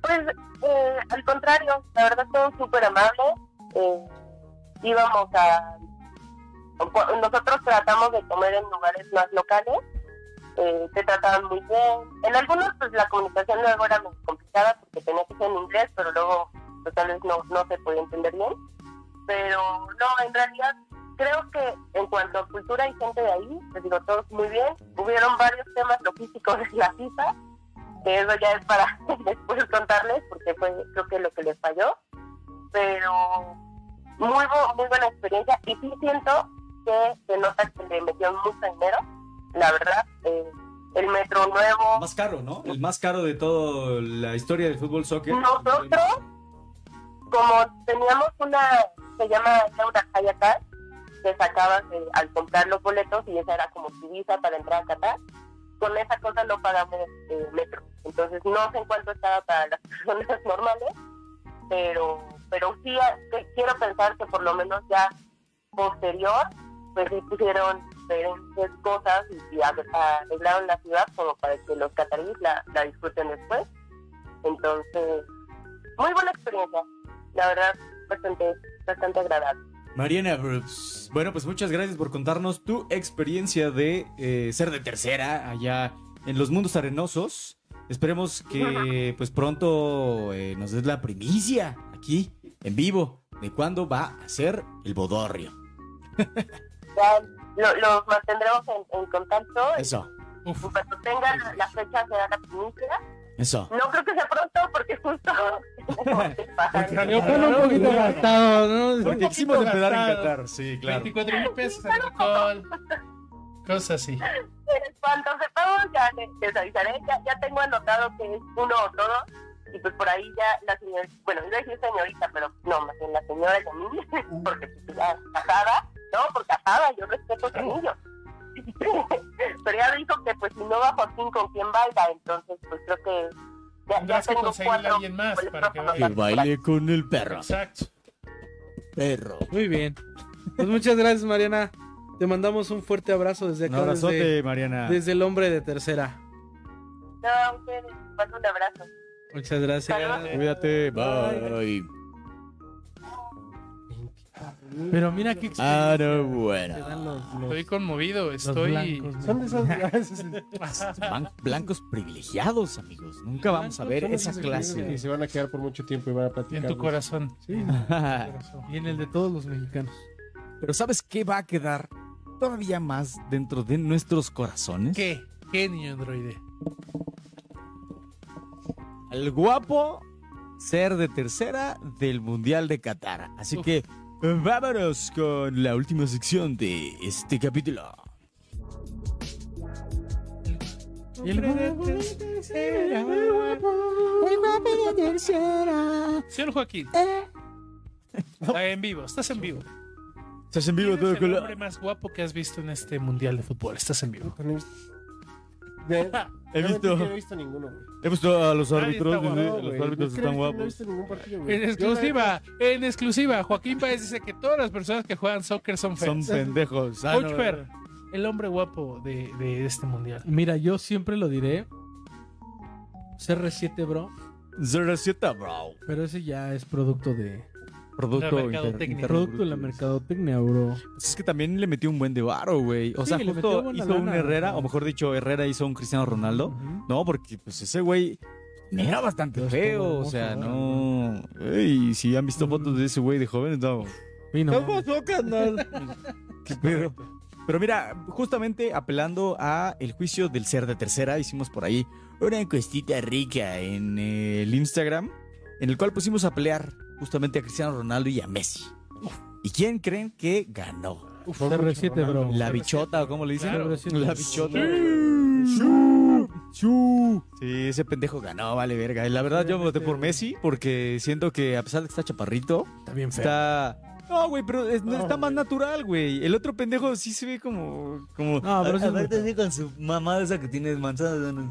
S8: Pues eh, al contrario, la verdad todo súper amable. Eh, íbamos a... o cu- Nosotros tratamos de comer en lugares más locales. Eh, te trataban muy bien. En algunos pues la comunicación luego era muy complicada porque tenía que ser en inglés, pero luego pues, tal vez no, no se podía entender bien. Pero no, en realidad creo que en cuanto a cultura y gente de ahí, les digo todos muy bien. Hubieron varios temas logísticos en la FIFA que eso ya es para <laughs> después contarles porque fue creo que lo que les falló pero muy bu- muy buena experiencia y sí siento que se nota que le metió mucho dinero la verdad eh, el metro nuevo
S4: Más caro, ¿no? El más caro de toda la historia del fútbol soccer.
S8: Nosotros, como teníamos una, se llama era una calle acá, que sacabas eh, al comprar los boletos y esa era como tu visa para entrar a Qatar, con esa cosa no pagamos eh, metro. Entonces no sé en cuánto estaba para las <laughs> personas normales, pero pero sí ah, a- que quiero pensar que por lo menos ya posterior, pues sí pusieron diferentes cosas y, y ar- arreglaron la ciudad como para que los cataríes la, la disfruten después. Entonces, muy buena experiencia. La verdad, bastante, bastante agradable.
S4: Mariana Brooks. Bueno, pues muchas gracias por contarnos tu experiencia de eh, ser de tercera allá en los mundos arenosos. Esperemos que pues pronto eh, nos des la primicia aquí en vivo de cuándo va a ser el bodorrio.
S8: Ya lo- los mantendremos en, en contacto.
S4: Eso,
S8: En cuanto tengan la fecha, se da la primicia.
S4: eso.
S8: No creo que sea pronto porque justo... <laughs>
S1: Yo con un poquito gastado, ¿no?
S4: Porque quisimos empezar en Qatar. Sí,
S3: 24 mil pesos en alcohol. Cosas así.
S8: En cuanto sepamos, ya le- les avisaré. Ya, ya tengo anotado que es uno o todo. Y pues por ahí ya la señorita, bueno, iba a decir señorita, pero no, más bien la señora de mí, <laughs> porque pues, ya casada, no, por casada, yo respeto a niño. <laughs> pero ya dijo que pues si no va Joaquín, ¿con quién baila? Entonces pues creo que ya, ya
S3: Tendrás que
S8: tengo
S3: conseguirle a
S8: cuatro.
S3: alguien más
S8: boletos
S3: para que vaya.
S8: para
S4: baile con el perro.
S3: Exacto.
S4: Perro.
S1: Muy bien. Pues muchas gracias, Mariana. Te mandamos un fuerte abrazo desde
S4: Un
S1: acá, desde,
S4: abrazote, Mariana.
S1: desde el hombre de tercera.
S8: No, a ustedes, les mando un abrazo.
S1: Muchas gracias.
S8: Saludos.
S4: Cuídate, bye.
S1: Pero mira qué experiencia
S4: Ah, no,
S1: te
S4: bueno.
S1: dan los, los-
S3: Estoy conmovido,
S1: los
S3: estoy.
S1: blancos,
S2: Son de
S4: <laughs>
S1: ¿no?
S2: esas. ah, sí, sí.
S4: Van- blancos privilegiados, amigos. Nunca vamos a ver
S1: Blancos
S4: esa
S1: son los
S4: clase.
S2: Y se van a quedar por mucho tiempo y van a platicar.
S3: En tu corazón.
S1: Y en el de todos los mexicanos.
S4: <laughs> Pero ¿sabes qué va a quedar todavía más dentro de nuestros corazones?
S3: ¿Qué? ¿Qué niño androide?
S4: El guapo ser de tercera del Mundial de Qatar. Así
S3: Uf.
S4: que vámonos con la última sección de este capítulo.
S1: Y el
S3: Señor Joaquín. Ah, En vivo, estás en vivo.
S4: Estás en vivo
S3: Eres
S4: todo
S3: el
S4: color.
S3: hombre más guapo que has visto en este mundial de fútbol. Estás en vivo.
S2: No he visto- De-
S4: <laughs> He
S2: realmente
S4: visto,
S2: yo No he visto ninguno, güey.
S4: he visto a los
S3: Nadie
S4: árbitros.
S3: está
S4: dice,
S3: guapo,
S2: No, güey,
S4: los árbitros
S2: creo que
S4: están
S2: No he
S4: guapos.
S2: visto ningún partido, güey.
S3: En exclusiva, en exclusiva, Joaquín Páez dice que todas las personas que juegan soccer son
S4: Son
S3: feas.
S4: pendejos. Ah,
S3: Coach
S4: no.
S3: Fer, el hombre guapo de, de este mundial.
S1: Mira, yo siempre lo diré. CR7, bro.
S4: 07, bro.
S1: Pero ese ya es producto de.
S4: Producto
S3: La
S4: inter-
S3: mercadotecnia.
S4: interno
S1: Producto de la
S4: bruto.
S1: mercadotecnia, bro.
S4: Pues es que también le metió un buen de varo, güey. O
S1: Sí,
S4: sea,
S1: le metió
S4: justo
S1: buena
S4: hizo un
S1: lana,
S4: Herrera,
S1: ¿no?
S4: o mejor dicho, Herrera hizo un Cristiano Ronaldo.
S1: Ujú.
S4: No, porque pues ese güey era bastante
S1: Pero estuvo
S4: feo. O
S1: hermoso,
S4: sea,
S1: ¿no?
S4: no. Ey, si han visto fotos de ese güey de joven, no.
S1: Y no mames. <laughs>
S4: Qué pedo. Pero mira, justamente apelando a el juicio del ser de tercera, hicimos por ahí una encuestita rica en eh, el Instagram, en el cual pusimos a pelear justamente a Cristiano Ronaldo y a Messi. ¿Y quién creen que ganó?
S1: CR7, bro.
S4: La bichota, ¿o cómo le dicen?
S1: Claro.
S4: La bichota. Sí, ese pendejo ganó, vale verga. Y la verdad yo voté por Messi porque siento que a pesar de que está chaparrito,
S1: Está bien feo.
S4: está... No, güey, pero es- no, está más natural, güey. El otro pendejo sí se ve como... como...
S1: No, pero ese es muy
S4: Aparte,
S1: feo.
S4: sí, con su mamada esa que tiene manzana. no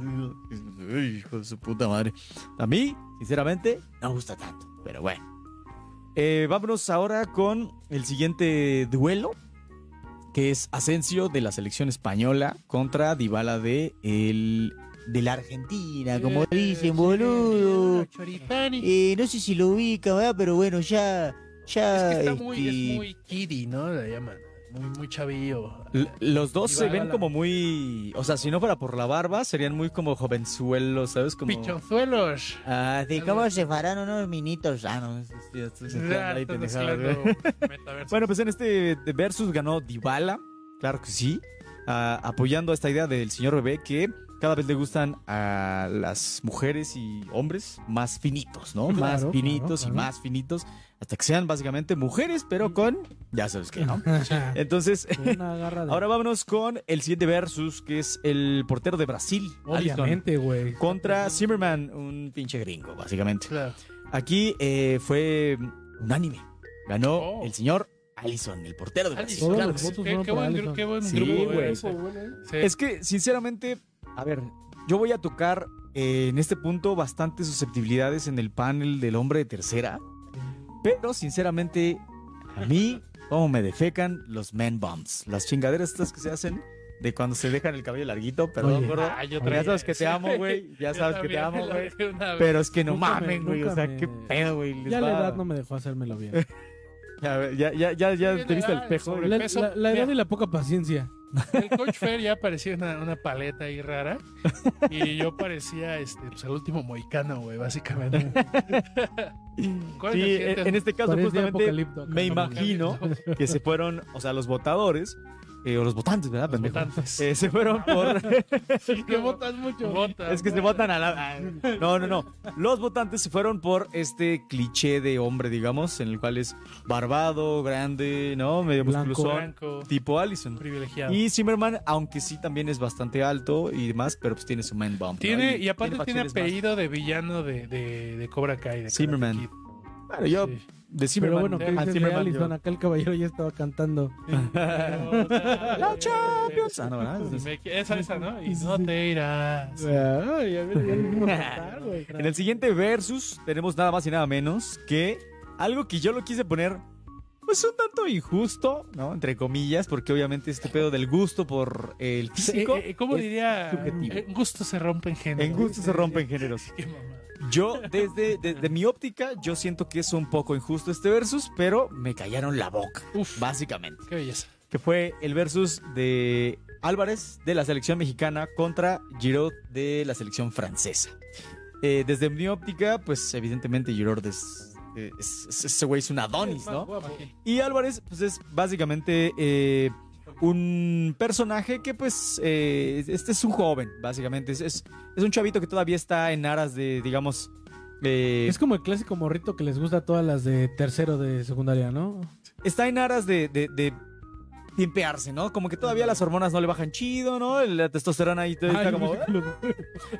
S4: sé, no. Ay, hijo de su puta madre. A mí, sinceramente, no me gusta tanto. Pero bueno. Eh, vámonos ahora con el siguiente duelo. Que es Asensio de la selección española contra Dybala de el...
S5: De la Argentina, como
S3: Eh,
S5: dicen, boludo.
S3: Choripani.
S5: Eh, no sé si lo ubica, ¿verdad? pero bueno, ya. ya
S3: Es que está muy,
S5: este,
S3: es muy kiddy, ¿no? La llaman. Muy, muy chavillo.
S4: L- Los dos se ven
S3: Dybala.
S4: como muy... O sea, si no fuera por la barba, serían muy como jovenzuelos, ¿sabes? Como...
S3: Pichonzuelos.
S5: Ah, de cómo se farán unos minitos. Ah, no, sí, sí, sí, sí.
S4: mezclando ahí
S3: Ah, estás
S4: pendejadas,
S3: mezclando
S4: güey.
S3: metaversos.
S4: Bueno, pues en este versus ganó Dybala, claro que sí, ah, apoyando esta idea del señor bebé que cada vez le gustan a las mujeres y hombres más finitos, ¿no?
S1: Claro,
S4: más
S1: claro,
S4: finitos
S1: claro.
S4: y más finitos, hasta que sean básicamente mujeres, pero con, ya sabes qué, <laughs> ¿no? Entonces,
S1: Una garra de-
S4: ahora vámonos con el siguiente versus, que es el portero de Brasil, Alisson,
S1: Obviamente, güey.
S4: contra Zimmerman, un pinche gringo, básicamente.
S3: Claro.
S4: Aquí eh, fue unánime. Ganó
S3: Oh.
S4: el señor Allison, el portero de Brasil.
S1: Todos
S4: Claro
S1: los
S4: que sí.
S1: votos
S3: qué,
S1: fueron
S3: qué
S1: para
S3: buen,
S1: Alisson.
S3: gru- qué buen
S4: Sí,
S3: grupo,
S4: güey.
S3: güey.
S2: Tipo,
S3: ese.
S2: bueno, ¿eh?
S3: Sí.
S4: Es que, sinceramente, a ver, yo voy a tocar eh, en este punto bastantes susceptibilidades en el panel del hombre de tercera. Pero, sinceramente, a mí
S6: cómo me defecan los man bumps, las chingaderas estas que se hacen de cuando se dejan el cabello larguito, perdón,
S1: Oye.
S6: gordo.
S3: Ah, yo
S6: ya
S3: traía
S6: sabes que
S3: ese,
S6: te amo,
S3: <laughs> güey.
S6: güey. Ya
S3: Yo
S6: sabes que te
S3: también
S6: amo,
S3: me lo
S6: güey.
S3: hice una vez.
S6: Pero es que no
S1: Nunca me-
S6: mamen, güey. O
S1: nunca
S6: sea,
S1: me-
S6: qué pedo, güey. les
S1: Ya la
S6: va-
S1: edad no me dejó hacérmelo bien.
S6: Ya, ya, ya, ya, ya
S3: Sí,
S6: te viste
S3: la
S6: el
S3: edad,
S6: pejo.
S3: sobre-
S6: güey.
S1: La,
S3: peso,
S1: la- la edad
S3: mira.
S1: y la poca paciencia.
S3: El coach Fair ya parecía una, una paleta ahí
S6: <laughs>
S3: rara. Y yo parecía este, pues, el último mohicano, güey,
S6: <laughs>
S3: básicamente. ¿Cuál
S6: Sí,
S3: es el
S6: en,
S3: siguiente?
S6: en este caso,
S1: Parecía
S6: justamente
S1: Apocalipto acá.
S6: me imagino <laughs> que se fueron, o sea, los votadores, eh, o los votantes, ¿verdad,
S3: Los
S6: pendejo?
S3: votantes. <laughs>
S6: Eh, se fueron por.
S3: Sí,
S1: Que
S3: no,
S1: votas mucho.
S3: votas,
S6: Es que se
S3: güey.
S6: votan a la. a- No, no, no. Los votantes se fueron por este cliché de hombre, digamos, en el cual es barbado, grande, ¿no? Medio
S1: Blanco.
S6: musculosón,
S3: Blanco,
S6: tipo Allison.
S3: privilegiado.
S6: Y Zimmerman, aunque sí también es bastante alto y demás, pero pues tiene su man bump. ¿no?
S3: tiene, y aparte tiene
S6: facciones más.
S3: apellido de villano de, de, de Cobra Kai. de Karate
S6: Zimmerman. <laughs>
S3: Kid.
S6: Claro, yo
S3: Sí.
S6: de
S1: Pero
S6: Zimmerman.
S1: bueno, que
S6: a
S1: dices de
S6: Zimmerman
S1: Allison,
S6: yo-
S1: acá el caballero ya estaba cantando.
S3: La Champions.
S6: Ah, no, ¿verdad?
S3: Esa, esa, ¿no? Y no te irás.
S1: Ay, a ver, ya le dimos a cantar, güey.
S6: En el siguiente versus tenemos nada más y nada menos que algo que yo lo quise poner pues un tanto injusto, ¿no? Entre comillas, porque obviamente este pedo del gusto por el físico.
S3: Eh, eh, ¿Cómo
S6: es
S3: diría?
S6: subjetivo.
S3: En gusto se rompen géneros.
S6: En gusto se rompen géneros.
S3: Qué mamá.
S6: Yo, desde, desde mi óptica, yo siento que es un poco injusto este versus, pero me callaron la boca,
S3: Uf.
S6: básicamente.
S3: Qué belleza.
S6: Que fue el versus de Álvarez de la selección mexicana contra Giroud de la selección francesa. Eh, desde mi óptica, pues evidentemente Giroud es, eh, es- es- ese güey es un Adonis, ¿no?
S1: Eh.
S6: Y Álvarez, pues es básicamente eh, un personaje que, pues, eh, este es un joven, básicamente. Es, es, es un chavito que todavía está en aras de, digamos, eh,
S1: Es como el clásico morrito que les gusta a todas las de tercero de secundaria, ¿no?
S6: está en aras de, de, de pimpearse, ¿no? Como que todavía las hormonas no le bajan chido, ¿no? La testosterona ahí todavía está
S1: Ay,
S6: como...
S1: los-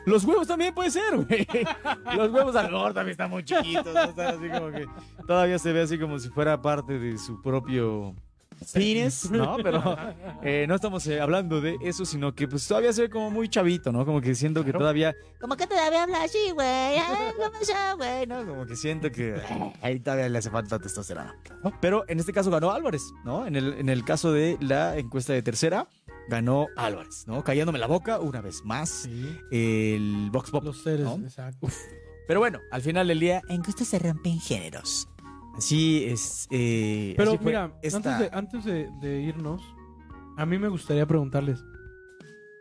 S6: Los huevos también puede ser, güey. Los huevos a lo mejor también están muy chiquitos. ¿no? Están así como que todavía se ve así como si fuera parte de su propio fines, ¿no? Pero eh, no estamos eh, hablando de eso, sino que pues todavía se ve como muy chavito, ¿no? Como que siento que todavía...
S7: <laughs> Como que todavía habla así, güey. Ay, ¿Qué pasó, güey? No,
S6: Como que siento que eh, ahí todavía le hace falta testosterona. Pero en este caso ganó Álvarez, ¿no? En el, en el caso de la encuesta de tercera, ganó Álvarez, ¿no? Callándome la boca una vez más. El Vox Pop.
S1: Los seres,
S6: ¿no?
S1: exacto.
S6: Pero bueno, al final del día,
S7: En gusto se rompen géneros.
S6: así es. eh,
S1: Pero
S6: así fue
S1: mira,
S6: esta-
S1: antes, de, antes de- de irnos, a mí me gustaría preguntarles,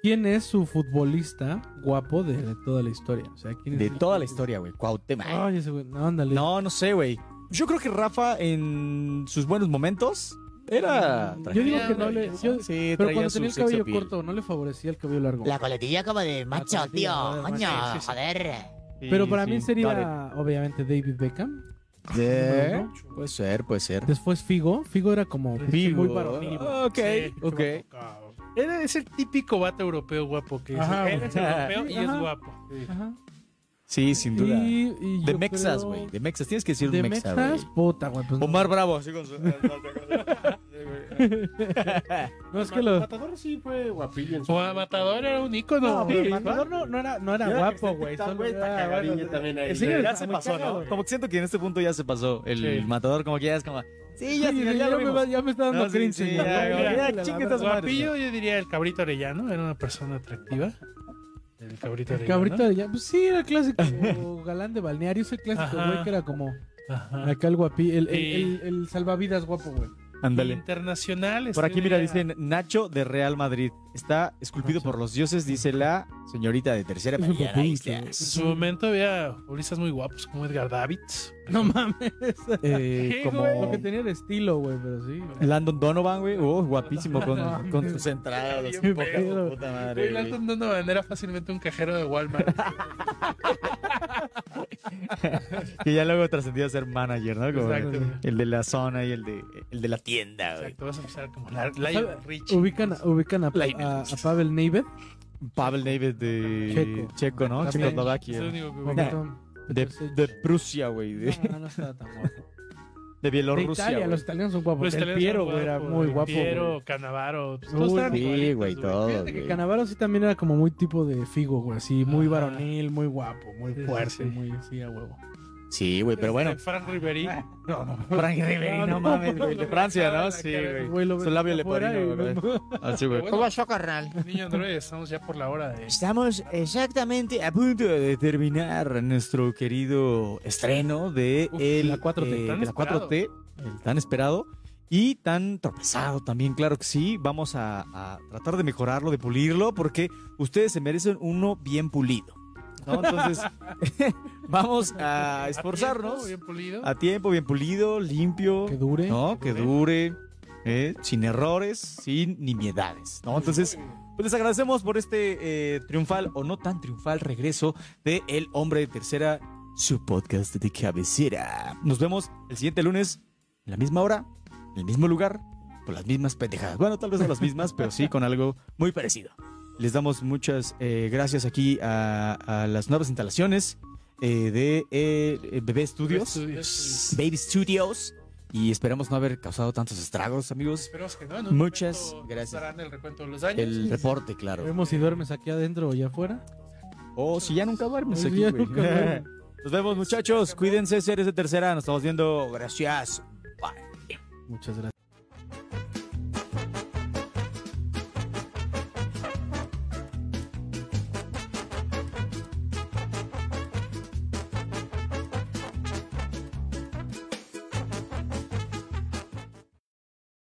S1: ¿quién es su futbolista guapo de, de toda la historia? O sea, ¿quién es
S6: de
S1: el-
S6: toda la historia, güey. Cuauhtémoc.
S1: Ay, ese güey, no, ándale.
S6: No, no sé, güey. Yo creo que Rafa en sus buenos momentos era.
S1: Yo digo que no le... yo-
S6: Sí,
S1: pero
S6: traía
S1: cuando
S6: su
S1: tenía el
S6: sex
S1: cabello
S6: appeal.
S1: corto, no le favorecía el cabello largo. Ah,
S7: La coletilla como de macho,
S1: coletilla,
S7: tío.
S1: joder, macho,
S7: Coño,
S1: sí, sí.
S7: joder.
S1: Pero
S6: Sí,
S1: para
S6: sí.
S1: mí
S6: Dale.
S1: sería, obviamente, David Beckham.
S6: De-
S1: número ocho.
S6: ¿Eh? Puede ser,
S1: <laughs>
S6: puede ser.
S1: Después Figo. Figo era como muy varonil.
S6: Ok,
S3: Sí,
S6: ok.
S3: Era ese típico vato europeo guapo que es.
S1: Ajá,
S3: él es
S6: güey.
S3: europeo y es
S1: Ah, Ajá.
S3: guapo.
S1: Ajá.
S6: <laughs> Sí, sin duda.
S1: Y- y
S6: De
S1: yo
S6: Mexas,
S1: creo-
S6: güey. De Mexas. Tienes que decir
S1: De
S6: Mexa,
S1: Mexas,
S6: güey.
S1: puta, güey. Pues no,
S6: Omar Bravo,
S1: <laughs>
S6: así con su.
S1: no es que lo.
S2: Matador sí fue guapillo en su-
S3: O a Matador era un ícono.
S1: No,
S3: güey.
S1: Matador no, no era, no era
S2: Ya que
S1: guapo,
S2: está
S1: güey.
S2: tan
S1: Solo
S2: güey, está
S1: era-
S2: cagadillo
S1: bueno,
S2: también ahí.
S1: el señor
S6: ya
S1: está
S6: se
S1: muy
S6: pasó,
S1: cagado,
S6: ¿no?
S1: güey.
S6: Como que siento que en este punto ya se pasó. El
S3: Sí.
S6: matador, como que ya es como. Sí, ya,
S1: Sí,
S6: señor,
S1: sí,
S6: ya,
S1: ya
S6: lo
S1: me
S6: vimos.
S1: va- ya me está dando
S6: No, sí,
S1: cringe.
S6: sí,
S1: ya,
S6: ya,
S1: güey,
S6: ya,
S1: la
S6: chingue
S1: verdad.
S6: estas madres.
S3: Guapillo, yo diría el cabrito orellano. Era una persona atractiva. El cabrito orellano.
S1: Cabrito de ya. Pues sí, era el clásico galán de balneario. Ese clásico,
S3: Ajá.
S1: güey, que era como.
S3: Ajá.
S1: Acá el guapi. El, el,
S3: Sí.
S1: el- el salvavidas guapo, güey.
S6: Ándale.
S3: Internacional.
S6: Por aquí, mira,
S3: estaría-
S6: dicen Nacho de Real Madrid. Está esculpido por los dioses, dice la señorita de tercera.
S1: Es un
S6: mañana,
S1: popín,
S6: isla.
S1: güey.
S3: En su momento había futbolistas muy guapos como Edgar Davids.
S1: No mames.
S6: Eh,
S1: <laughs>
S3: Sí, güey.
S1: Lo
S6: como
S1: que tenía era estilo, güey, pero sí. güey.
S6: Landon Donovan, güey. Oh, guapísimo con, con sus entradas. los
S1: Qué
S6: pocos,
S1: pedo.
S6: puta madre,
S3: Güey,
S6: güey.
S3: Landon Donovan era fácilmente un cajero de Walmart.
S6: Que ya luego trascendió a ser manager, ¿no? Como
S3: Exacto.
S6: El de la zona y el de, el de la tienda, güey.
S3: Exacto, vas a empezar como la, Lionel Richie.
S1: Ubican, a- ubican a,
S3: Lionel.
S1: a- a Pavel Neived.
S6: Pavel David de
S1: Checo.
S6: Checo, ¿no?
S1: También.
S3: Es lo
S6: Checoslovaquia.
S3: único que ubico.
S1: Poquito.
S6: De, de Prusia, güey. De,
S1: No, no estaba tan guapo.
S6: de
S1: De
S6: Bielorrusia.
S1: Italia,
S6: güey.
S1: los italianos son guapos.
S3: Los
S1: el
S3: italianos
S1: Piero,
S3: son
S1: güey, era
S3: guapos,
S1: muy
S3: el
S1: guapo.
S3: Piero, Canavaro. pues,
S1: Uy,
S3: todos estaban
S6: Sí,
S3: igualitos,
S6: güey, todo.
S1: Fíjate que
S6: güey.
S1: Canavaro sí también era como muy tipo de Figo, güey, así muy
S3: Ajá.
S1: varonil, muy guapo, muy
S3: Sí, sí,
S1: fuerte,
S3: sí.
S1: muy sí a huevo.
S6: Sí, güey, pero bueno.
S3: Frank Riveri.
S1: Ah,
S6: No, no, Frank Riveri, no mames, güey. De Francia, ¿no? Sí, güey.
S1: Güey, lo
S6: Su labio
S1: ves afuera
S6: leporino,
S1: y-
S6: güey. Así, güey.
S9: ¿Cómo yo, carnal?
S3: <laughs> Niño Andrés, estamos ya por la hora de.
S6: Estamos exactamente a punto de terminar nuestro querido estreno de
S3: Uf,
S6: el,
S3: la 4T,
S6: eh,
S3: tan
S6: de la 4T, el tan esperado y tan tropezado también, claro que sí. Vamos a, a tratar de mejorarlo, de pulirlo, porque ustedes se merecen uno bien pulido.
S3: <laughs>
S6: ¿no? Entonces, <laughs> vamos a
S3: tiempo,
S6: esforzarnos
S3: Bien pulido.
S6: a tiempo, bien pulido, limpio,
S1: Que dure.
S6: ¿no? Que dure, ¿eh? sin errores, sin nimiedades, ¿no? Entonces, pues les agradecemos por este eh, triunfal o no tan triunfal regreso de El Hombre de Tercera, su podcast de cabecera. Nos vemos el siguiente lunes, en la misma hora, en el mismo lugar, con las mismas pendejadas. Bueno, tal vez no las mismas, pero sí con algo muy parecido. Les damos muchas eh, gracias aquí a, a las nuevas instalaciones eh, de eh, Bebé Studios.
S3: Estudios.
S6: Baby Studios. Y esperamos no haber causado tantos estragos, amigos.
S3: Esperemos que no. en un
S6: Muchas
S3: momento
S6: gracias.
S3: harán el recuento de los años.
S6: El reporte, claro.
S1: Vemos si duermes aquí adentro o allá afuera.
S6: O si ya nunca duermes
S1: Si
S6: aquí,
S1: ya
S6: güey.
S1: nunca duermes.
S6: <laughs> Nos vemos, muchachos. Cuídense, seres de tercera. Nos estamos viendo. Gracias.
S1: Muchas gracias.